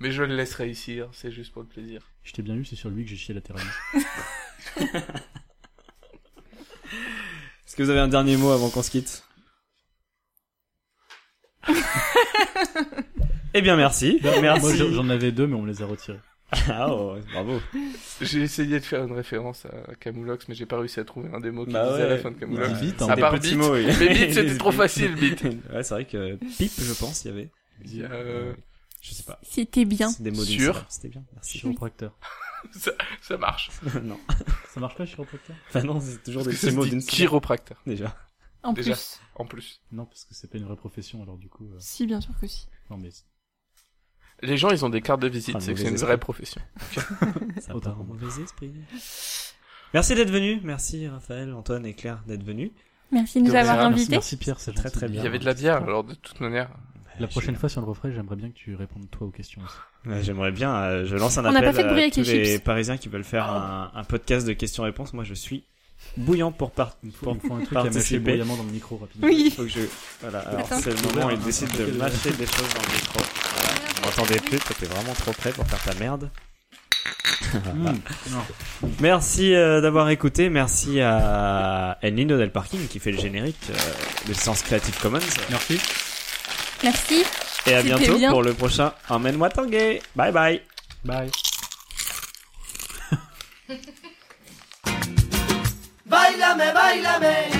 S3: Mais je le laisserai ici, hein, c'est juste pour le plaisir.
S1: Je t'ai bien eu, c'est sur lui que j'ai chié latéralement.
S4: Est-ce que vous avez un dernier mot avant qu'on se quitte Eh bien merci.
S1: Moi,
S4: Merci.
S1: j'en- j'en avais deux, mais on me les a retirés.
S4: Ah, oh, bravo.
S3: J'ai essayé de faire une référence à Camoulox, mais j'ai pas réussi à trouver un des mots qui
S4: Bah
S3: disait à
S4: ouais.
S3: la fin de Camoulox.
S1: Dis vite, hein.
S3: à
S4: Des
S3: part
S4: petits
S3: bite.
S4: mots, oui.
S3: Mais bite, c'était
S4: Des
S3: trop
S4: bites.
S3: facile, bite.
S4: ouais, c'est vrai que pipe, je pense, il y avait.
S3: Il y a, euh,
S4: Je sais pas.
S2: C'était bien.
S4: C'est des mots d'une
S3: Sûr.
S4: syllabe, C'était bien, merci.
S1: Chiropracteur.
S3: ça, ça marche.
S4: non.
S1: Ça marche pas, chiropracteur
S4: Enfin, non, c'est toujours
S3: Parce
S4: des
S3: que ça
S4: petits
S3: se
S4: mots
S3: dit
S4: d'une syllabe,
S3: chiropracteur,
S4: déjà.
S2: En
S3: Déjà.
S2: plus.
S3: en plus.
S1: Non, parce que c'est pas une vraie profession, alors du coup. euh,
S2: Si, bien sûr que si.
S1: Non, mais
S3: Les gens, ils ont des cartes de visite,
S4: Ah,
S3: c'est que
S4: mauvais
S3: c'est une
S4: élève.
S3: vraie profession.
S4: Ça
S1: Autant.
S4: part en mauvais esprit. Merci d'être venu. Merci Raphaël, Antoine et Claire d'être venus.
S2: Merci de nous
S3: Donc,
S2: avoir
S1: Ah, merci,
S2: invités.
S1: merci Pierre, c'est
S4: Très,
S1: gentil.
S4: très bien.
S3: Il y avait de la
S4: Ah.
S3: bière, alors de toute manière.
S1: La prochaine fois, si on le referait, j'aimerais bien que tu répondes toi aux questions. aussi.
S4: Ouais, J'aimerais bien. euh, je lance un
S2: On n'a
S4: appel
S2: pas fait de bruit
S4: à
S2: avec
S4: tous
S2: les
S4: les,
S2: chips. Ah.
S4: Parisiens qui veulent faire un, un podcast de questions-réponses. Moi, je suis bouillant pour partir.
S1: Il me faut, il me faut un truc à mâcher
S4: participer.
S1: bruyamment dans le micro rapidement.
S2: Oui.
S4: Faut que je. Voilà. Alors
S2: Attends.
S4: c'est le moment où il
S1: Ouais,
S4: décide de
S1: un- un-
S4: mâcher des choses dans le micro. Voilà. Vous m'entendez plus Toi, t'es vraiment trop près pour faire ta merde.
S1: Mmh. Non.
S4: Merci euh, d'avoir écouté. Merci à Enlino del Parking qui fait le générique euh, de Sens Creative Commons.
S1: Merci.
S2: Merci.
S4: Et
S2: C'était
S4: à bientôt
S2: bien.
S4: pour le prochain Emmène-moi tanguay. Bye bye.
S1: Bye.
S5: Báilame, báilame,